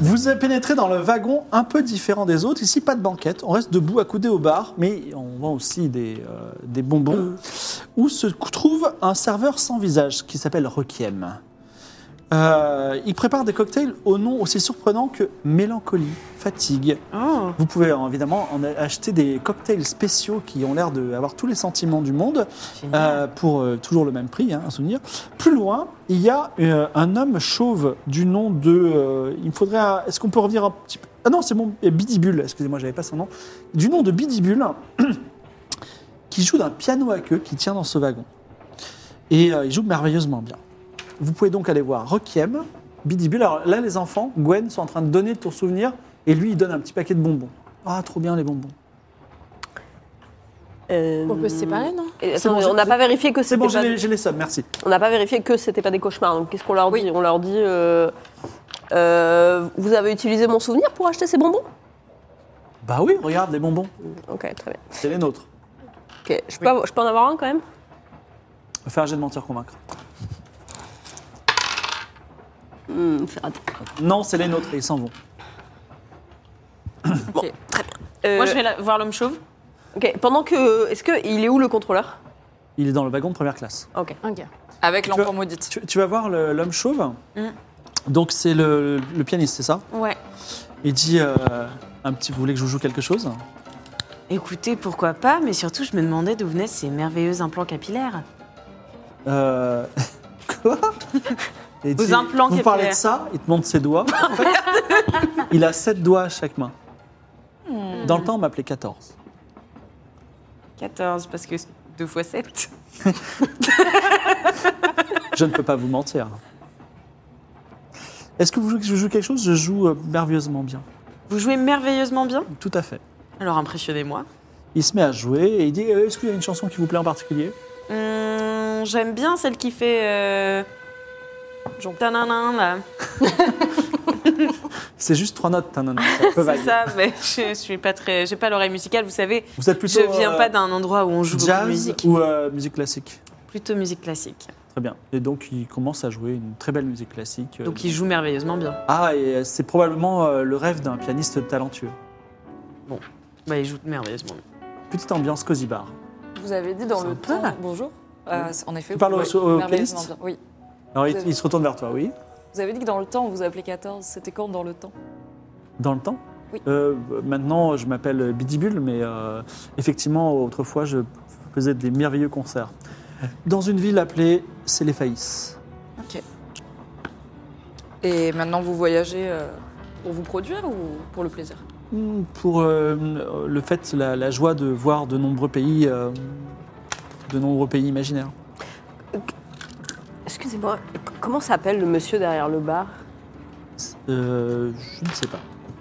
Vous pénétrez dans le wagon un peu différent des autres. Ici, pas de banquette. On reste debout, accoudé au bar, mais on vend aussi des, euh, des bonbons. Où se trouve un serveur sans visage qui s'appelle Requiem. Euh, il prépare des cocktails au nom aussi surprenant que mélancolie, fatigue. Oh. Vous pouvez euh, évidemment en acheter des cocktails spéciaux qui ont l'air d'avoir tous les sentiments du monde euh, pour euh, toujours le même prix, hein, un souvenir. Plus loin, il y a euh, un homme chauve du nom de. euh, il me faudrait. un- Est-ce qu'on peut revenir un petit peu Ah non, c'est bon, euh, Bidibule, excusez-moi, j'avais pas son nom. Du nom de Bidibule, qui joue d'un piano à queue qui tient dans ce wagon. Et euh, il joue merveilleusement bien. Vous pouvez donc aller voir Requiem, Bidibule. Alors là, les enfants, Gwen, sont en train de donner ton souvenir et lui, il donne un petit paquet de bonbons. Ah, trop bien les bonbons. Euh, On peut se séparer, non et C'est attends, bon, on n'a j'ai- pas vérifié que C'est c'était bon, j'ai pas, les- j'ai les sommes, merci. on n'a pas vérifié que c'était pas des cauchemars. Donc qu'est-ce qu'on leur dit On leur dit euh, euh, vous avez utilisé mon souvenir pour acheter ces bonbons Bah oui, regarde les bonbons, Ok, très bien. c'est les nôtres. Ok, je, peux, avoir- je peux en avoir un quand même On va Faire un jet de mentir convaincre. Hmm, C'est raté. Non, c'est les nôtres et ils s'en vont. Ok. Euh, Moi, je vais la- voir l'homme chauve. Ok, pendant que. Est-ce qu'il est où le contrôleur Il est dans le wagon de première classe. Ok. Ok. Avec l'enfant l'enfant maudite. Tu, tu vas voir le- l'homme chauve. Hmm. Mm. Donc c'est le, le pianiste, c'est ça Ouais. Il dit euh, un petit. Vous voulez que je vous joue quelque chose Écoutez, pourquoi pas, mais surtout, je me demandais d'où venaient ces merveilleux implants capillaires. Euh, Quoi Il Vos dit, implants Vous parlez de capillaires. ça Il te montre ses doigts. En fait, il a sept doigts à chaque main. Hmm. Dans le temps, on m'appelait 14. 14, parce que 2 x 7. Je ne peux pas vous mentir. Est-ce que vous voulez que je joue quelque chose Je joue euh, merveilleusement bien. Vous jouez merveilleusement bien. Tout à fait. Alors impressionnez-moi. Il se met à jouer et il dit euh, Est-ce qu'il y a une chanson qui vous plaît en particulier Hum, J'aime bien celle qui fait. Euh... Genre. tananin, là. C'est juste trois notes. tanana, c'est un peu vague. C'est ça, mais je, je suis pas très. J'ai pas l'oreille musicale, vous savez. Vous êtes plutôt. je viens euh, pas d'un endroit où on joue beaucoup de jazz musique. ou euh, musique classique Plutôt musique classique. Très bien. Et donc, il commence à jouer une très belle musique classique. euh, Donc il joue merveilleusement bien. Ah, et euh, c'est probablement euh, le rêve d'un pianiste talentueux. Bah, il joue merveilleusement bien. Petite ambiance cosy bar. Vous avez dit dans le Sympa. temps. Bonjour. Euh, c'est- en effet, Tu parles au- pouvez- au merveilleusement pianiste bien. Oui. Alors, il, Vous avez- il se retourne vers toi, oui Vous avez dit que dans le temps, on vous appelait 14. C'était quand dans le temps Dans le temps Oui. Euh, maintenant, je m'appelle Bidibule, mais euh, effectivement, autrefois, je faisais des merveilleux concerts. Dans une ville appelée Céléphaïs. Et maintenant, vous voyagez euh, pour vous produire ou pour le plaisir Hmm, Pour euh, le fait, la, la joie de voir de nombreux pays, euh, de nombreux pays imaginaires. Excusez-moi, c- comment s'appelle le monsieur derrière le bar Euh, je ne sais pas.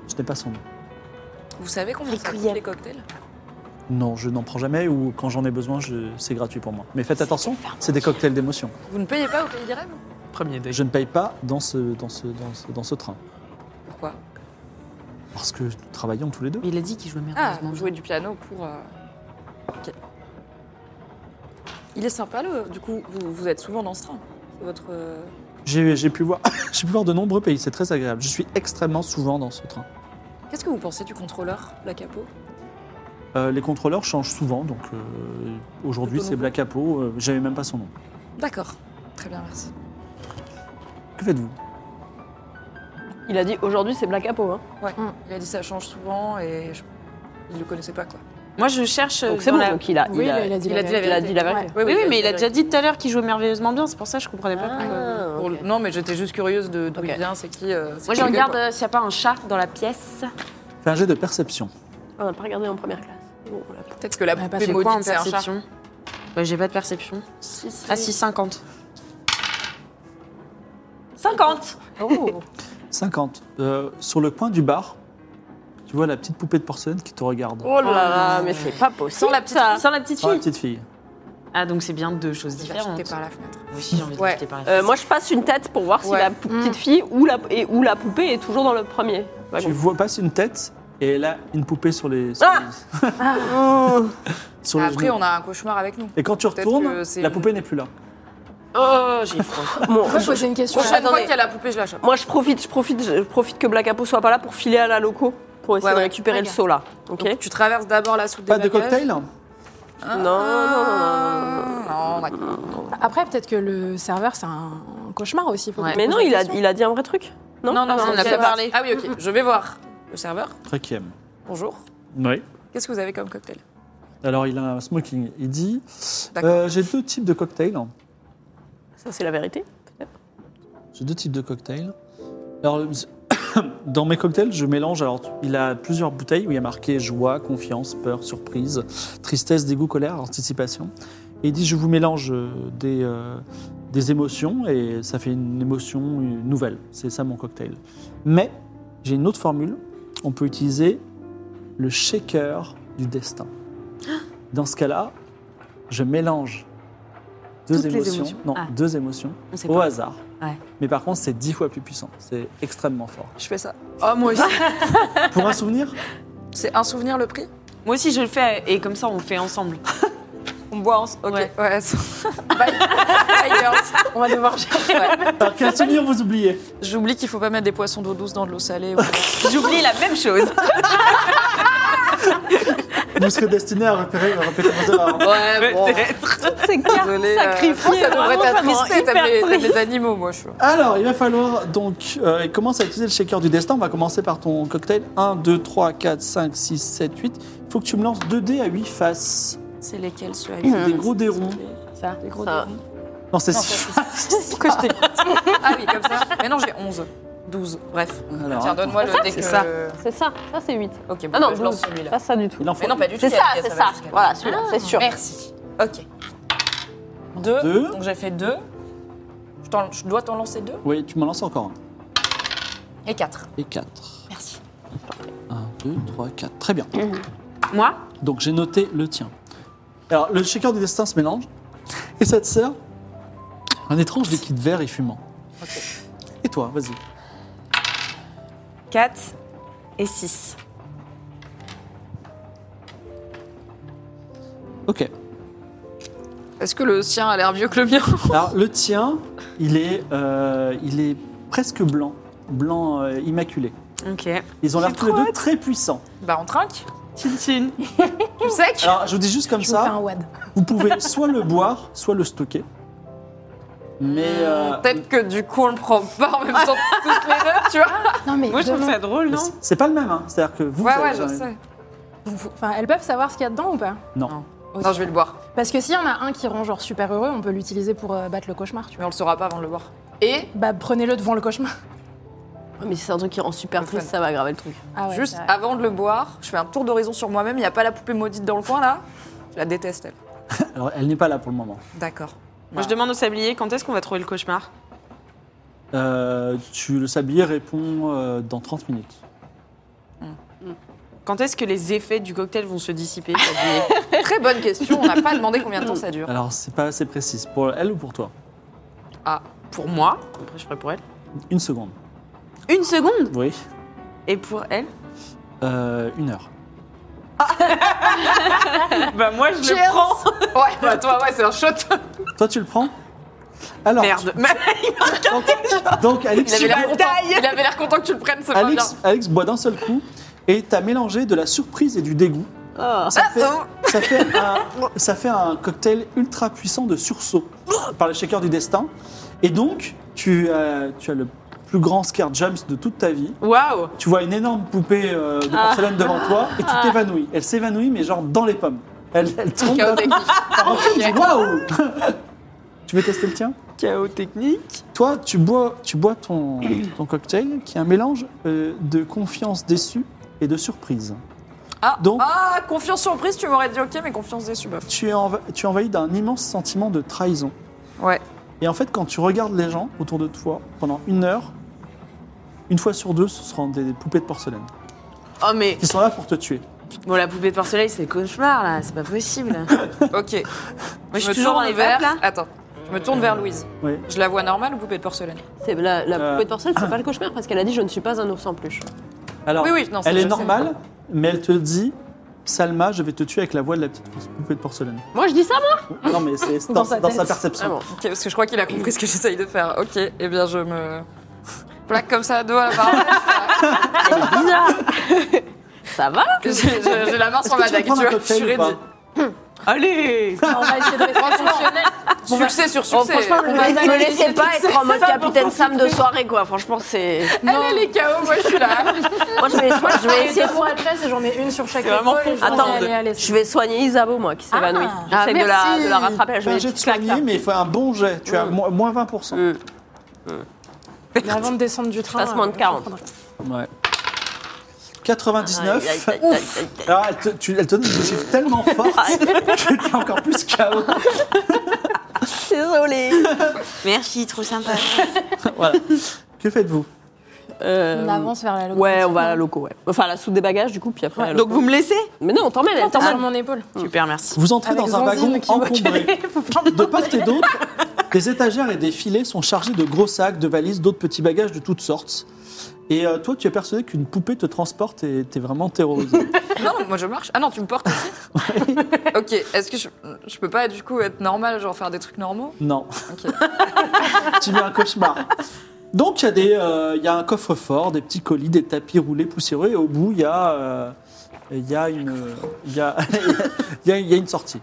Je n'ai pas son nom. Vous savez combien ça coûte cuillères. les cocktails Non, je n'en prends jamais ou quand j'en ai besoin, je- c'est gratuit pour moi. Mais faites attention, c'est des cocktails d'émotion. Vous ne payez pas au pays des rêves Premier date. Je ne paye pas dans ce, dans ce, dans ce, dans ce train. Pourquoi Parce que nous travaillons tous les deux. Il a dit qu'il jouait Ah, merveilleusement vous jouez du piano pour. euh, ok. Il est sympa, le. Du coup, vous, vous êtes souvent dans ce train. C'est votre. euh, J'ai j'ai pu, voir- j'ai pu voir de nombreux pays, c'est très agréable. Je suis extrêmement souvent dans ce train. Qu'est-ce que vous pensez du contrôleur, la capot Euh, les contrôleurs changent souvent, donc euh, aujourd'hui Plutôt c'est Black Apo, euh, j'avais même pas son nom. D'accord. Très bien, merci. Que faites-vous Il a dit aujourd'hui c'est Black Apo. Hein. Ouais. Il a dit ça change souvent et je... il le connaissait pas, quoi. bien. Moi, je cherche. euh, Donc c'est dans bon, la- donc il a, Oui, il a, il a dit la il a dit la vérité. Ouais. Oui, oui, il a mais dit il a la déjà vérité. dit tout à l'heure qu'il jouait merveilleusement bien, c'est pour ça que je comprenais pas pourquoi. Ah, Pour ok. le- Non, mais j'étais juste curieuse de d'où Ok. il vient, c'est qui. euh, c'est Moi, qui je le gars, regarde quoi. euh, s'il n'y a pas un chat dans la pièce. Fais un jet de perception. On n'a pas regardé en première classe. Bon, on l'a pas. Peut-être que la Ah, bah, poupée j'ai quoi en maudite, c'est un chat. perception bah, J'ai pas de perception. Ah si, 50. 50 Oh 50. Euh, sur le coin du bar, tu vois la petite poupée de porcelaine qui te regarde. Oh là là, mais c'est pas possible. Sans la petite, ça. sans la petite Ah, la fille petite fille. Ah, donc c'est bien deux choses Il va différentes. jeter par la fenêtre. Moi aussi, j'ai envie de Ouais. jeter par la Euh, fenêtre. moi, je passe une tête pour voir si Ouais. la pou- petite fille ou la, et, ou la poupée est toujours dans le premier. Bah, Tu vois passer une tête et là, une poupée sur les. Sur Ah les- Mmh. sur les Après, genoux. on a un cauchemar avec nous. Et quand tu Peut-être retournes, que c'est la une- poupée n'est plus là. Oh, j'ai froid. Bon, Moi, je- je posais une question. Prochaine fois attendez. qu'il y a la poupée, je la chope. moi, je profite, je profite, je profite que Black Apo soit pas là pour filer à la loco pour essayer Ouais, de ouais. récupérer le seau là. Ok. Donc, tu traverses d'abord la soupe des Pas de bagages. cocktail Ah, Non, non, non, non, non, non, non, d'accord. Après, peut-être que le serveur, c'est un un cauchemar aussi. faut Ouais. qu'on Mais pose non, la il a, question. il a dit un vrai truc. Non, Non, non, non, on en ça, a je pas sais parlé. Ah oui, ok. Je vais voir le serveur. Requiem. Bonjour. Oui. Qu'est-ce que vous avez comme cocktail Alors, il a un smoking. Il dit D'accord. euh, J'ai deux types de cocktails. Ça, c'est la vérité. J'ai deux types de cocktails. Alors, le- dans mes cocktails, je mélange. Alors, tu- il a plusieurs bouteilles où il y a marqué joie, confiance, peur, surprise, tristesse, dégoût, colère, anticipation. Et il dit Je vous mélange euh, des, euh, des émotions et ça fait une émotion euh, nouvelle. C'est ça mon cocktail. Mais j'ai une autre formule. On peut utiliser le shaker du destin. Dans ce cas-là, je mélange deux Toutes les émotions, émotions. non, Ah. deux émotions On sait au pas. hasard. Ouais. Mais par contre, c'est dix fois plus puissant. C'est extrêmement fort. Je fais ça. Oh, moi aussi. Pour un souvenir c'est un souvenir le prix Moi aussi, je le fais et comme ça, on le fait ensemble. On boit ensemble. Ok. Ouais. Ouais. c'est- Bye. Bye, girls. On va devoir Alors, quel souvenir vous oubliez J'oublie qu'il faut pas mettre des poissons d'eau douce dans de l'eau salée. ouais. J'oublie la même chose. Vous serez destiné à repérer, à répéter vos erreurs. Ah, Ouais, bon. C'est cartes Désolée, euh, sacrifiées, Ça vraiment, devrait ça me rend t'attrister, hyper t'aimes les, t'aimes triste. les animaux, moi, je suis. Alors, il va falloir donc euh, commencer à utiliser le shaker du destin. On va commencer par ton cocktail. 1, 2, 3, 4, 5, 6, 7, 8. Il faut que tu me lances 2 dés à 8 faces. C'est lesquels ceux C'est des gros dés ronds. Ça. Des gros Non, Mmh. Ça. c'est six Que je t'ai- Ah oui, comme ça. Mais non, j'ai 11. 12. Bref. Alors, Tiens, attends. donne-moi le dès c'est que... ça. C'est ça, ça c'est 8. Ok, bon, Ah non, je lance douze. celui-là. Pas ça du tout. Il en faut Mais non, pas du tout. C'est il y a- ça, il y a- c'est Ah. va ça. jusqu'à là. Voilà, celui-là, c'est sûr. Merci. Ok. 2. Deux. Donc j'ai fait 2. Je, t'en- je dois t'en lancer 2. Oui, tu m'en lances encore un. Et 4. Et 4. Merci. 1, 2, 3, 4. Très bien. Moi Donc j'ai noté le tien. Alors le shaker du destin se mélange et cette sœur, un étrange liquide vert et fumant. Et toi, vas-y. 4 et 6. Ok. Est-ce que le sien a l'air vieux que le mien Alors le tien, il est, euh, il est presque blanc, blanc euh, immaculé. Ok. Ils ont l'air tous les deux très puissants. Bah, on trinque. Chin chin. Tu sais que. Alors je vous dis juste comme Je vous fais un ça, wad. vous pouvez soit le boire, soit le stocker. Mais euh, Peut-être que du coup, on le prend pas en même temps toutes les deux, tu vois Non, mais Moi, je trouve vraiment, ça drôle, non c'est pas le même, hein. c'est-à-dire que vous. Ouais, avez- ouais, je sais. vous- vous- enfin, elles peuvent savoir ce qu'il y a dedans ou pas Non. Aussi. Non, je vais le boire. Parce que s'il y en a un qui rend genre super heureux, on peut l'utiliser pour euh, battre le cauchemar, tu vois. Mais on le saura pas avant de le boire. Et Bah prenez-le devant le cauchemar. Mais si c'est un truc qui rend super Le triste, fun. ça va aggraver le truc. Ah ouais, Juste ça- avant de le boire, je fais un tour d'horizon sur moi-même. Il n'y a pas la poupée maudite dans le coin là Je la déteste, elle. Alors elle n'est pas là pour le moment. D'accord. Moi, je demande au sablier quand est-ce qu'on va trouver le cauchemar Euh, tu le sablier répond euh, dans 30 minutes. Quand est-ce que les effets du cocktail vont se dissiper sablier Très bonne question. On n'a pas demandé combien de temps ça dure. Alors, c'est pas assez précis. Pour elle ou pour toi Ah, pour moi Après, je ferai pour elle. Une seconde. Une seconde Oui. Et pour elle Euh, une heure. Bah, moi, je le prends Ouais, bah toi, ouais, c'est un shot. Toi, tu le prends Alors, Merde donc, donc, Il Alex, avait l'air content. taille. Il avait l'air content que tu le prennes, c'est pas bien. Alex, Alex boit d'un seul coup et t'as mélangé de la surprise et du dégoût. Ça fait, ça fait un, ça fait un cocktail ultra puissant de sursaut par le shaker du destin. Et donc, tu, as- tu as le plus grand scare jumps de toute ta vie. Waouh Tu vois une énorme poupée euh, de porcelaine devant toi et tu t'évanouis. Elle s'évanouit, mais genre dans les pommes. Elle, elle tombe. Chaos technique. Ah, tu dis, Waouh Tu veux tester le tien Chaos technique Toi, tu bois, tu bois ton, ton cocktail qui est un mélange euh, de confiance déçue et de surprise. Ah, Donc- ah, confiance surprise, tu m'aurais dit ok, mais confiance déçue, bof. Tu es, env- tu es envahi d'un immense sentiment de trahison. Ouais. Et en fait, quand tu regardes les gens autour de toi pendant une heure, une fois sur deux, ce seront des poupées de porcelaine Oh, mais qui sont là pour te tuer. bon, la poupée de porcelaine, c'est cauchemar là, c'est pas possible. Ok. Moi, je suis toujours dans les vers. vapes là. Attends, je me tourne vers Louise. Oui. Je la vois normale ou poupée de porcelaine C'est la, la Euh, poupée de porcelaine, c'est pas le cauchemar parce qu'elle a dit je ne suis pas un ours en peluche. Alors, Oui, oui, non, ça, elle je est sais. normale, mais elle te dit Salma, je vais te tuer avec la voix de la petite poupée de porcelaine. Moi je dis ça moi Non, mais c'est dans, Dans sa dans tête. sa perception. Ah bon. Ok, parce que je crois qu'il a compris ce que j'essaye de faire. Ok, et eh bien je me plaque comme ça dos à la parole. C'est bizarre Ça va J'ai- J'ai j'ai la main sur ma dague, tu prendre un vois. Je cocktail suis ou pas ready. Allez On va essayer de rester fonctionnel. Succès sur Oh, succès. franchement, ne va me aller laissez pas être en mode capitaine Sam de soirée, quoi. Franchement, c'est. Elle, elle est KO, moi je suis là. Moi, je vais, je vais essayer de trois et j'en mets une sur chaque épaule. vraiment et je vais Attends, aller à l'essai. Je vais soigner Isabeau, moi, qui s'évanouit. Ah, J'essaie de la, merci. de la rattraper. Je Fais un vais jet de claque, là. soigné, mais il faut un bon jet. Tu as Mm. mo- moins 20%. Mm. Mais avant de descendre du train. Passe moins de euh, 40. Ah, Ouais. 99. Aïe, Ah, aïe, aïe, aïe, aïe, aïe. Alors, elle te, tu, elle te donne des chiffres tellement forts que tu es encore plus KO. Désolée. Merci, trop sympa. voilà. Que faites-vous Euh, On avance vers la locomotive. Ouais, on va à la loco, ouais. Enfin, à la soude des bagages, du coup, puis après. à la Donc loco. vous me laissez Mais non, on t'emmène, elle Attends, sur t'emmène. mon épaule. Oh. Super, merci. Vous entrez Avec dans un Zanzine wagon qui va encombré. De part et d'autre, des étagères et des filets sont chargés de gros sacs, de valises, d'autres petits bagages de toutes sortes. Et euh, toi, tu es persuadé qu'une poupée te transporte et t'es vraiment terrorisé. Non, non, moi je marche. Ah non, tu me portes aussi Ok, est-ce que je, je peux pas du coup être normale, genre faire des trucs normaux non. Ok. tu vis un cauchemar. Donc, il y, a des, euh, il y a un coffre-fort, des petits colis, des tapis roulés, poussiéreux, et au bout, il y a, euh, il y a, une, il y a, il y a- il y a une sortie.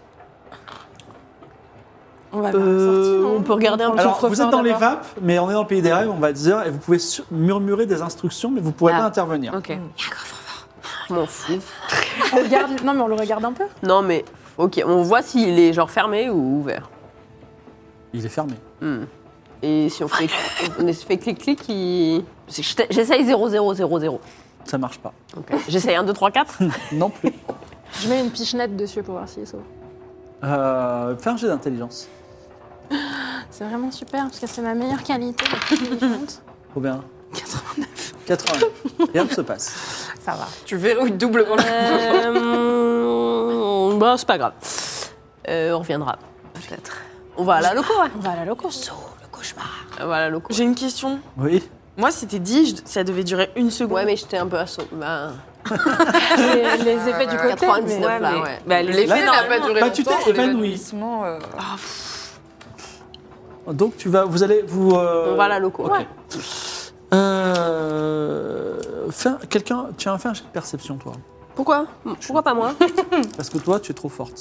On va vers la sortie. Euh, on peut regarder un peu. Alors, vous êtes dans les d'abord. vapes, mais on est dans le pays des rêves, on va dire, et vous pouvez su- murmurer des instructions, mais vous ne pourrez Ah. pas intervenir. Ok. Je m'en fous. On regarde- Non, mais on le regarde un peu. Non, mais. Ok, on voit s'il est genre fermé ou ouvert. Il est fermé. Hmm. Et si on fait, on se fait clic-clic, il. J'essaye 0, 0, 0, 0. Ça marche pas. Ok. J'essaye 1, 2, 3, 4. Non plus. Je mets une pichenette dessus pour voir s'il est sauvé. Euh, fais un jet d'intelligence. C'est vraiment super parce que c'est ma meilleure qualité. Combien 89. 80. Rien ne se passe. Ça va. Tu verrouilles doublement le. Euh, bah, c'est pas grave. Euh, on reviendra, peut-être. On va à la loco, ouais. On va à la loco. le cauchemar. On va à la loco. J'ai une question. Oui. Moi, c'était dit, je- ça devait durer une seconde. Ouais, mais j'étais un peu assaut. Bah, Les, les effets du côté. 99, mais- là, ouais. Bah, les L'effet effets, n'a pas normalement. duré Bah, tu longtemps, t'es évanoui. l'évanouissement, euh, Ah, Donc tu vas, vous allez, vous. euh, On va à la loco. ok. Ouais. Euh, fais un- Quelqu'un, tiens, fais un jet de perception toi, Pourquoi Pourquoi pas moi parce que toi, tu es trop forte.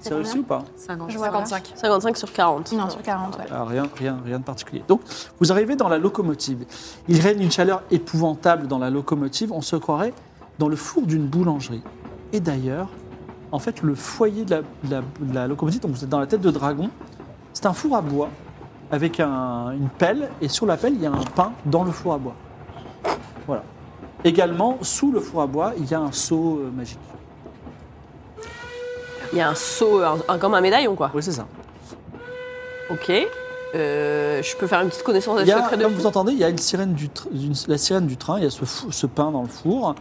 C'est combien réussi ou pas 50, Je vois 55. 55 sur 40. Non, sur 40, ouais. Ah, rien, rien, rien de particulier. Donc, vous arrivez dans la locomotive. Il règne une chaleur épouvantable dans la locomotive. On se croirait dans le four d'une boulangerie. Et d'ailleurs, en fait, le foyer de la, de la- de la locomotive, donc vous êtes dans la tête de dragon, c'est un four à bois avec un- une pelle. Et sur la pelle, il y a un pain dans le four à bois. Voilà. Également, sous le four à bois, il y a un seau euh, magique. Il y a un seau, un, un- comme un médaillon, quoi. Oui, c'est ça. Ok. Euh, je peux faire une petite connaissance Il y des a, secrets de comme fou. vous entendez, il y a une sirène du tr- une- la sirène du train, il y a ce, fou- ce pain dans le four,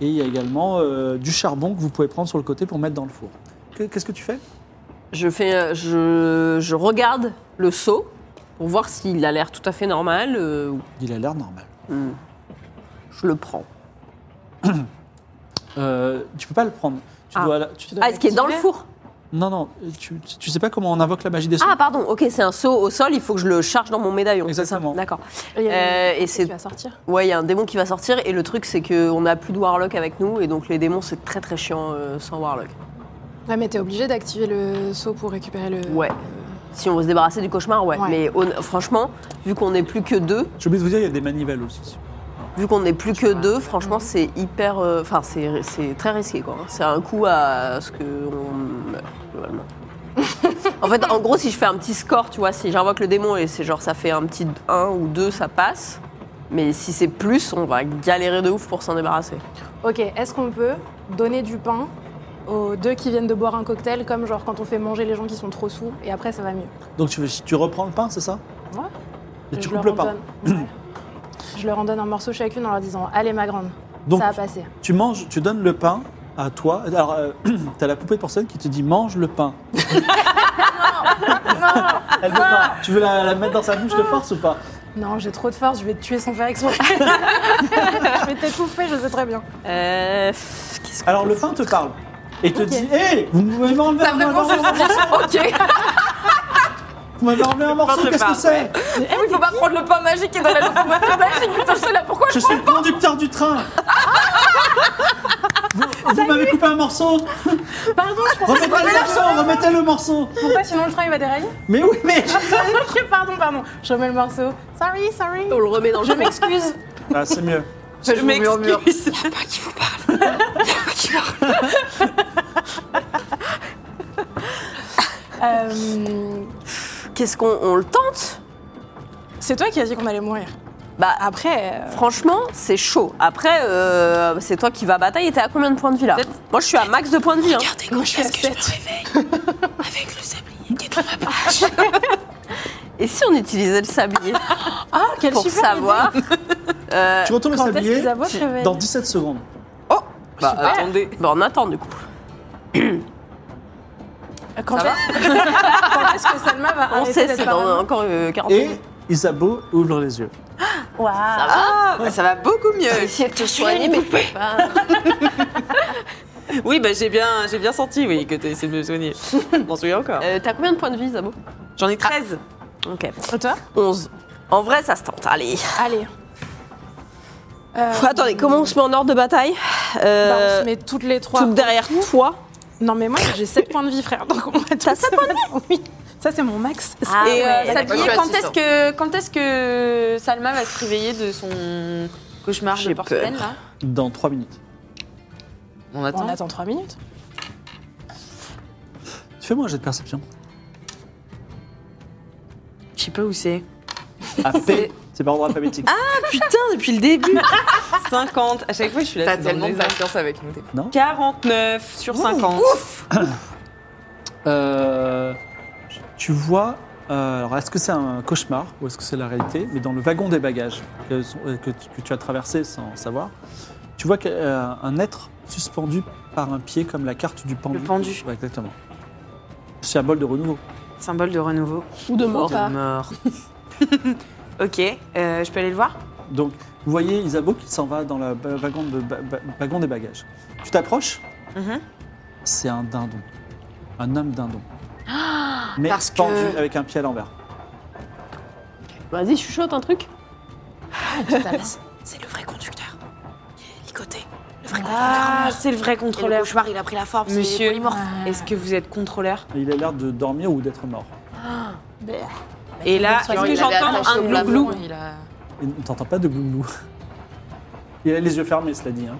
et il y a également euh, du charbon que vous pouvez prendre sur le côté pour mettre dans le four. Que- Qu'est-ce que tu fais Je, fais, euh, je, je regarde le seau pour voir s'il a l'air tout à fait normal. euh, ou- Il a l'air normal. Hmm. Je le prends. Euh, tu peux pas le prendre. Tu Ah. dois la- tu- Ah, est-ce qu'il est dans le l'activer. four Non, non, tu, tu sais pas comment on invoque la magie des sons. Ah, pardon, ok, c'est un seau au sol, il faut que je le charge dans mon médaillon. c'est ça Exactement. D'accord. Et, Euh, et tu c'est. vas sortir. Ouais, il y a un démon qui va sortir, et le truc, c'est qu'on n'a plus de Warlock avec nous, et donc les démons, c'est très très chiant euh, sans Warlock. Ouais, mais t'es obligé d'activer le seau pour récupérer le. Euh, Ouais. Si on veut se débarrasser du cauchemar, ouais. Ouais. Mais hon- franchement, vu qu'on n'est plus que deux, J'ai oublié de vous dire, il y a des manivelles aussi. vu qu'on n'est plus que deux, franchement, c'est hyper. euh, Enfin, c'est- c'est très risqué, quoi. C'est un coup à ce que on meurt, globalement. en fait, en gros, si je fais un petit score, tu vois, si j'invoque le démon et c'est genre ça fait un petit 1 ou 2, ça passe. Mais si c'est plus, on va galérer de ouf pour s'en débarrasser. Ok, est-ce qu'on peut donner du pain aux deux qui viennent de boire un cocktail, comme genre quand on fait manger les gens qui sont trop sous, et après ça va mieux Donc tu, veux- tu reprends le pain, c'est ça Ouais. Et tu Je leur coupes le en pain. donne- ouais. Je leur en donne un morceau chacune en leur disant Allez, ma grande, Donc ça va passer. tu manges, tu donnes le pain à toi. Alors euh, t'as la poupée de porcelaine qui te dit mange le pain. Ah, Elle veut pas. Tu veux la, la mettre dans sa bouche de force ou pas Non, j'ai trop de force, je vais te tuer sans faire exprès. je vais t'étouffer, je sais très bien. Euh, pff, qu'est-ce que- Alors le pain te parle et te Ok. dit hé, vous m'avez enlevé un vraiment morceau, Ok. vous m'avez enlevé un morceau, te qu'est-ce que parle, c'est Eh oui, faut pas prendre le pain magique qui est dans la locomotive magique. Putain, je sais là pourquoi. Je suis le conducteur du train. Vous, vous m'avez coupé un morceau. Pardon, je pensais Remettez le morceau, remettez le morceau. pourquoi sinon le train il va dérailler Mais oui, mais Ok, pardon, pardon. Je remets le morceau. Sorry, sorry. On le remet dans le Je m'excuse. ah, c'est mieux. Je m'excuse. Euh, Qu'est-ce qu'on on le tente c'est toi qui as dit qu'on allait mourir. Bah, Après, euh, franchement, c'est chaud. Après, euh, c'est toi qui vas à bataille. Et t'es à combien de points de vie là Moi, je suis à max de points de vie. hein. moi je suis à 7. Et si on utilisait le sablier Ah, quel pour super savoir euh, Tu retournes le Quand est-ce sablier qu'ils aboient, tu- Chevel dans 17 secondes. bah, attendez. Bah, on attend du coup. idée. Quand Ça va est-ce quand est-ce que Salma va On arrêter sait, d'être c'est dans parano- encore euh, 40 Et Isabeau ouvre les yeux. Waouh. Ah, bah, ça va beaucoup mieux. Si elle te soigne, mais pas. Oui, bah, j'ai bien, j'ai bien senti, oui, que t'as essayé de me soigner. Je m'en souviens encore. Ah, Euh, T'as combien de points de vie, Zabo J'en ai 13. Ok. Et toi 11. En vrai, ça se tente. Allez. Allez. Euh, Faut- attendez, comment on se met en ordre de bataille bah, on euh, se met toutes les trois. Tout derrière toi. Non, mais moi j'ai 7 points de vie, frère. Donc on va T'as 7 points de vie Oui. Ça, c'est mon max. Ah Et euh, ouais. ça- Moi, je Sablier, suis à quand six est-ce ans. que, quand est-ce que Salma va se réveiller de son cauchemar J'ai de porcelaine là Dans 3 minutes. On On attend 3 minutes. Tu fais moi un jet de perception. Je sais pas où c'est. Ah, fait. C'est par ordre alphabétique. Putain, depuis le début 50. À chaque fois, je suis là. T'as c'est dans tellement le de désert. patience avec nous. t'es- 49 sur 50. Euh, tu vois. euh, alors, est-ce que c'est un cauchemar ou est-ce que c'est la réalité Mais dans le wagon des bagages que, sont- euh, que tu- que tu as traversé sans savoir, tu vois qu'un être suspendu par un pied comme la carte du pendu. Le pendu. Ouais, exactement. Symbole de renouveau. Symbole de renouveau. Ou de mort. Pas. De mort. ok, euh, je peux aller le voir Donc, vous voyez Isabeau qui s'en va dans le ba- wagon, de ba- ba- wagon des bagages. Tu t'approches Mhm. C'est un dindon. Un homme dindon. Mais parce que- pendu avec un pied à l'envers. Vas-y, chuchote un truc. C'est le vrai conducteur. Ah, c'est le vrai contrôleur. il a pris la forme. Monsieur, Ah. est-ce que vous êtes contrôleur Il a l'air de dormir ou d'être mort. Et là, est-ce Alors, que il avait j'entends attaché un au glouglou plafond, Il a. Il ne t'entend pas de glouglou. Il a les yeux fermés, cela dit. hein.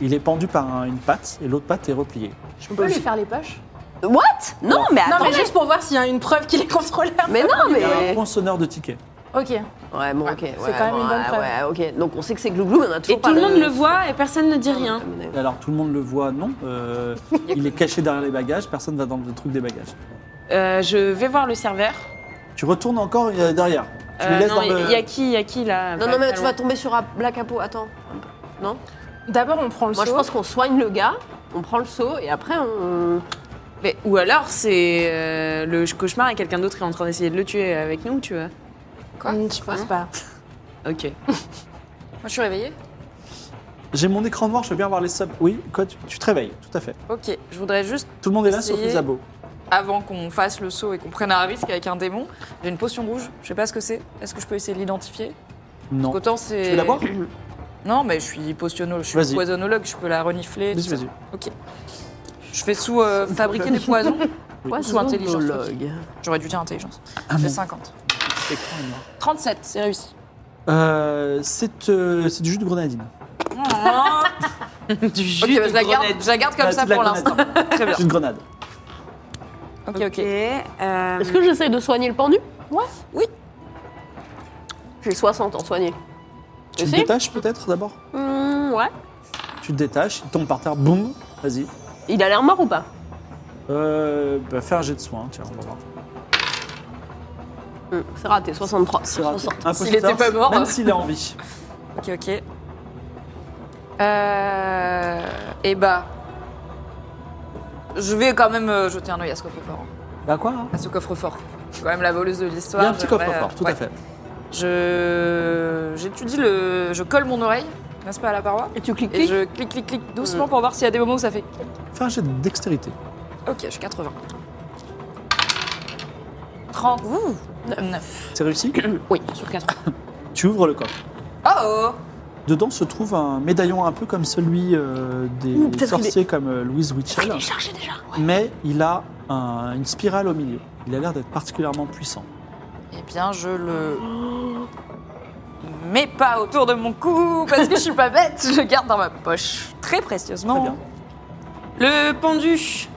Il est pendu par un- une patte et l'autre patte est repliée. On peut lui faire les poches What Non, mais Non, attends. mais juste pour voir s'il y a une preuve qu'il est contrôleur. Mais non, Il a un mais. consonneur de tickets. Ok. Ouais, bon, ok. C'est quand même une bonne preuve. Ouais, ok. Donc, on sait que c'est glouglou, mais on a toujours Et tout le monde le voit et personne ne dit rien. Et Alors tout le monde le voit, non. euh, il est caché derrière les bagages, personne ne va dans le truc des bagages. Euh, Je vais voir le serveur. Tu retournes encore euh, derrière. Tu le Euh, laisses non, dans le... il y a qui, il y a qui là Non, non, mais tu vas vas tomber sur un Black Capo. Attends. D'abord, on prend le Moi, je seau. pense qu'on soigne le gars, on prend le seau et après, on. Mais, ou alors c'est euh, le cauchemar et quelqu'un d'autre est en train d'essayer de le tuer avec nous, tu vois. Quoi Hmm, Je Hein pense pas. Ok. Moi, je suis réveillée. J'ai mon écran noir, je veux bien voir les subs. Oui, quoi, tu, tu te réveilles, tout à fait. Ok, je voudrais juste, Tout le monde est là sauf Essayez. les abos. avant qu'on fasse le saut et qu'on prenne un risque avec un démon, j'ai une potion rouge. Je sais pas ce que c'est. Est-ce que je peux essayer de l'identifier Non. Autant c'est. Tu veux la boire Non, mais je suis potionnologue, je Vas-y. suis poisonologue, je peux la renifler. Vas-y, tout ça. vas-y. Je fais sous euh, fabriquer des poisons. Quoi, Sous intelligence. J'aurais dû dire intelligence. Ah, J'ai 50. Écran noir. 37, c'est réussi. Euh, c'est euh, c'est du jus de grenadine. du jus Ok, bah, je, la garde, je la garde comme Ah, c'est ça de la pour l'instant. grenade. Très bien. Jus de grenade. Ok, Ok. ok. euh, Est-ce que j'essaye de soigner le pendu Ouais. Oui. J'ai 60 ans soigné. Tu le si. détaches peut-être d'abord Hmm, ouais. tu te détaches, il tombe par terre, boum, vas-y. Il a l'air mort ou pas Euh, bah, fais un jet de soin, tiens, on va voir. Hum, C'est raté, 63. C'est raté. 60. Impossible S'il était de savoir, pas mort. Même s'il est en vie. Ok, ok. Euh... Et bah. Je vais quand même euh, jeter un œil à ce coffre-fort. hein. Bah quoi hein À ce coffre-fort. Je suis quand même la voleuse de Il y l'histoire. a un petit j'aimerais, coffre-fort, euh, tout ouais. à fait. Je. J'étudie le. Je colle mon oreille, n'est-ce pas, à la paroi Et tu cliques, Et cliques je clique, clique, clique Mm. doucement pour voir s'il y a des moments où ça fait. Fais un jet de dextérité. Ok, je suis 80. 30. Ouh 9. C'est réussi Oui, sur 4. Tu ouvres le coffre. Oh oh Dedans se trouve un médaillon un peu comme celui euh, des Ouh, peut-être sorciers comme euh, Louise Witchell. Il est chargé déjà. Mais il a un- une spirale au milieu. Il a l'air d'être particulièrement puissant. Eh bien, je le. mets pas autour de mon cou parce que je suis pas bête. Je le garde dans ma poche. Très précieusement. Très bien. Le pendu.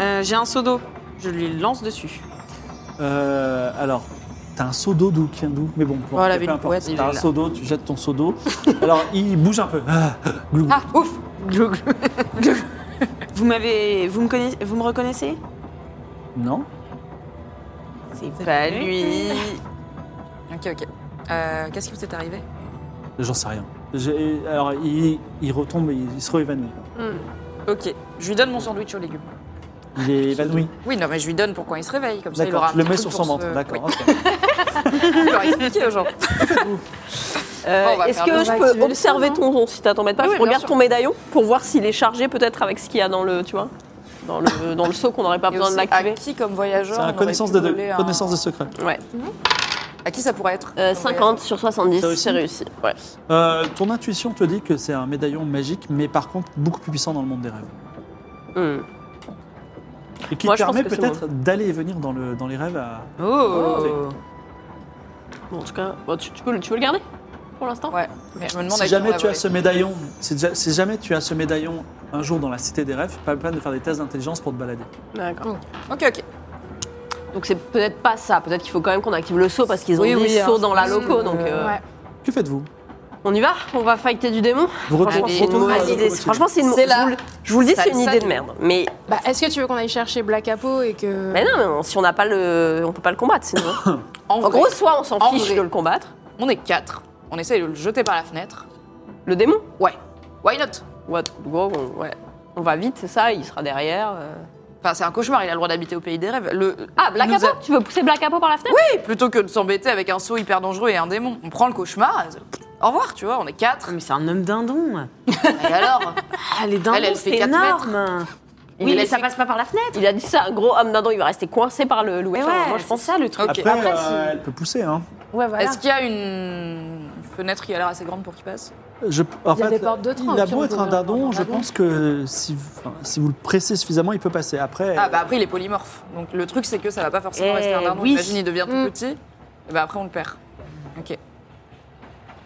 Euh, J'ai un seau d'eau. Je lui lance dessus. Euh, alors, t'as un seau d'eau d'où qui vient d'où Mais bon, Oh, pour Voilà, peu avec une importe. couette, il est T'as un là. seau d'eau, tu jettes ton seau d'eau. alors, il bouge un peu. Ah, glou. Ah, ouf Glou, glou. Vous m'avez, vous me connaissez, vous me reconnaissez Non C'est Pas lui. Ok, ok. Euh, Qu'est-ce qui vous est arrivé J'en sais rien. J'ai- Alors, il, il retombe, il, il se réévanouit. Ok, je lui donne mon sandwich aux légumes. Il est évanoui. Oui, non, mais je lui donne pour quand il se réveille, comme ça il D'accord, aura un je le petit mets truc sur pour son se- ventre. D'accord, Oui, ok. je vais leur expliquer aux gens. Euh, Bon, on va Est-ce faire que le- je on va peux activer le observer son, ton ton si t'as ton pas Oui, Je oui, bien regarde sûr. ton médaillon pour voir s'il est chargé peut-être avec ce qu'il y a dans le, tu vois, dans le dans le seau qu'on n'aurait pas Et besoin de aussi, à l'activer. qui, comme voyageur, C'est on un aurait connaissance pu de, deux- voler un- connaissance de secret. Ouais. À qui ça pourrait être Euh, comme 50 sur 70, C'est réussi c'est réussi. Ouais. Euh, ton intuition te dit que c'est un médaillon magique, mais par contre beaucoup plus puissant dans le monde des rêves. Hum. Et qui Moi, te je pense permet que c'est peut-être d'aller et venir dans, le, dans les rêves. à- Oh Bon, en tout cas, bon, tu, tu peux, le- tu veux le garder pour l'instant Ouais, mais je me demande à Si qui on jamais l'a tu as volé. ce médaillon, si, ja- si jamais tu as ce médaillon un jour dans la cité des rêves, pas le peine de faire des tests d'intelligence pour te balader. D'accord. Ok, ok. Donc c'est peut-être pas ça. Peut-être qu'il faut quand même qu'on active le seau parce qu'ils ont Oui, des oui, seaux hein. dans la loco. Mmh. Donc euh, Mm. Ouais. Que faites-vous on y va On va fighter du démon. Vous Franchement, retournez- c'est une retournez dans la mauvaise idée. locomotive. Franchement, c'est une. C'est Je là. vous, le- je vous le dis, Ça c'est une le idée de salue. merde. Mais Bah, Est-ce que tu veux qu'on aille chercher Black Apo et que. mais non, mais on- si on n'a pas le, on peut pas le combattre sinon. En, En vrai, gros, soit on s'en En fiche vrai. de le combattre. on est quatre. On essaye de le jeter par la fenêtre. Le démon Ouais. Why not What Gros, on, ouais. On va vite, c'est ça, il sera derrière. euh. Enfin, c'est un cauchemar, il a le droit d'habiter au pays des rêves. Le... Ah, Black nous Apo a- Tu veux pousser Black Apo par la fenêtre Et plutôt que de s'embêter avec un seau hyper dangereux et un démon, on prend le cauchemar. et- Au revoir, tu vois, on est quatre. Ah, Mais c'est un homme dindon. Mm. Et alors Ah, les dindons, Elle, elle fait c'est quatre énorme. Il Oui, est mais ça laissé- passe pas par la fenêtre. Il a dit ça, un gros homme dindon, il va rester coincé par le loup. Mais Enfin, ouais, moi, je pense ça le truc. Ok. Après, Après, euh, si- elle peut pousser. Hein. Ouais, voilà. Est-ce qu'il y a une fenêtre qui a l'air assez grande pour qu'il passe Je, en Il y a fait, des portes de train, il a au pire, beau on être peut un ouvrir la porte dindon, d'un je dindon. pense que si, enfin, si vous le pressez suffisamment, il peut passer. Après, Ah, bah après, il est polymorphe. Donc le truc, c'est que ça va pas forcément Eh rester un dindon. oui. Imagine, il devient Mm. tout petit. Et bah après, on le perd. Ok. Moi,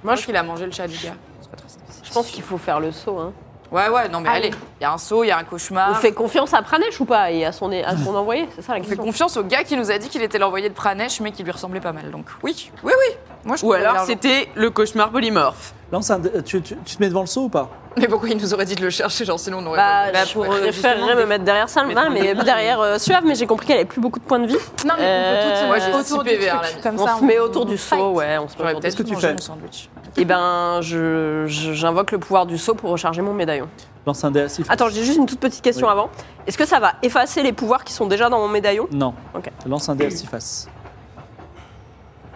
Moi, je- je qu'il a mangé le chat du gars. C'est pas triste. Je pense qu'il faut faire le saut. hein. Ouais, ouais, non, mais Allez. allez. Il y a un saut, il y a un cauchemar. On fait confiance à Pranesh ou pas Et à son, à son envoyé C'est ça la On fait question. confiance au gars qui nous a dit qu'il était l'envoyé de Pranesh, mais qui lui ressemblait pas mal. Donc oui, oui, oui. Moi, je Ou trouve qu'il a alors l'argent. c'était le cauchemar polymorphe. bah. lance un- tu, tu- tu te mets devant le seau ou pas Mais pourquoi il nous aurait dit de le chercher Genre sinon on aurait. Bah, pas- je pour, euh, préférerais justement, me mettre derrière Salma, mais derrière euh, Suave, mais j'ai compris qu'elle avait plus beaucoup de points de vie. Non, mais on peut Euh, tout moi, moi, j'ai j'ai autour 6 du PV, hein, truc, la- comme on ça, se met autour du fight. saut, ouais, on se met J'aurais autour du peut-être Qu'est-ce que tu mangé fais mon sandwich. Et ben, je- je- j'invoque le pouvoir du saut pour recharger mon médaillon. Lance un dé à six faces. Attends, j'ai juste une toute petite question Oui. avant. Est-ce que ça va effacer les pouvoirs qui sont déjà dans mon médaillon Non. Ok. Lance un dé à six faces.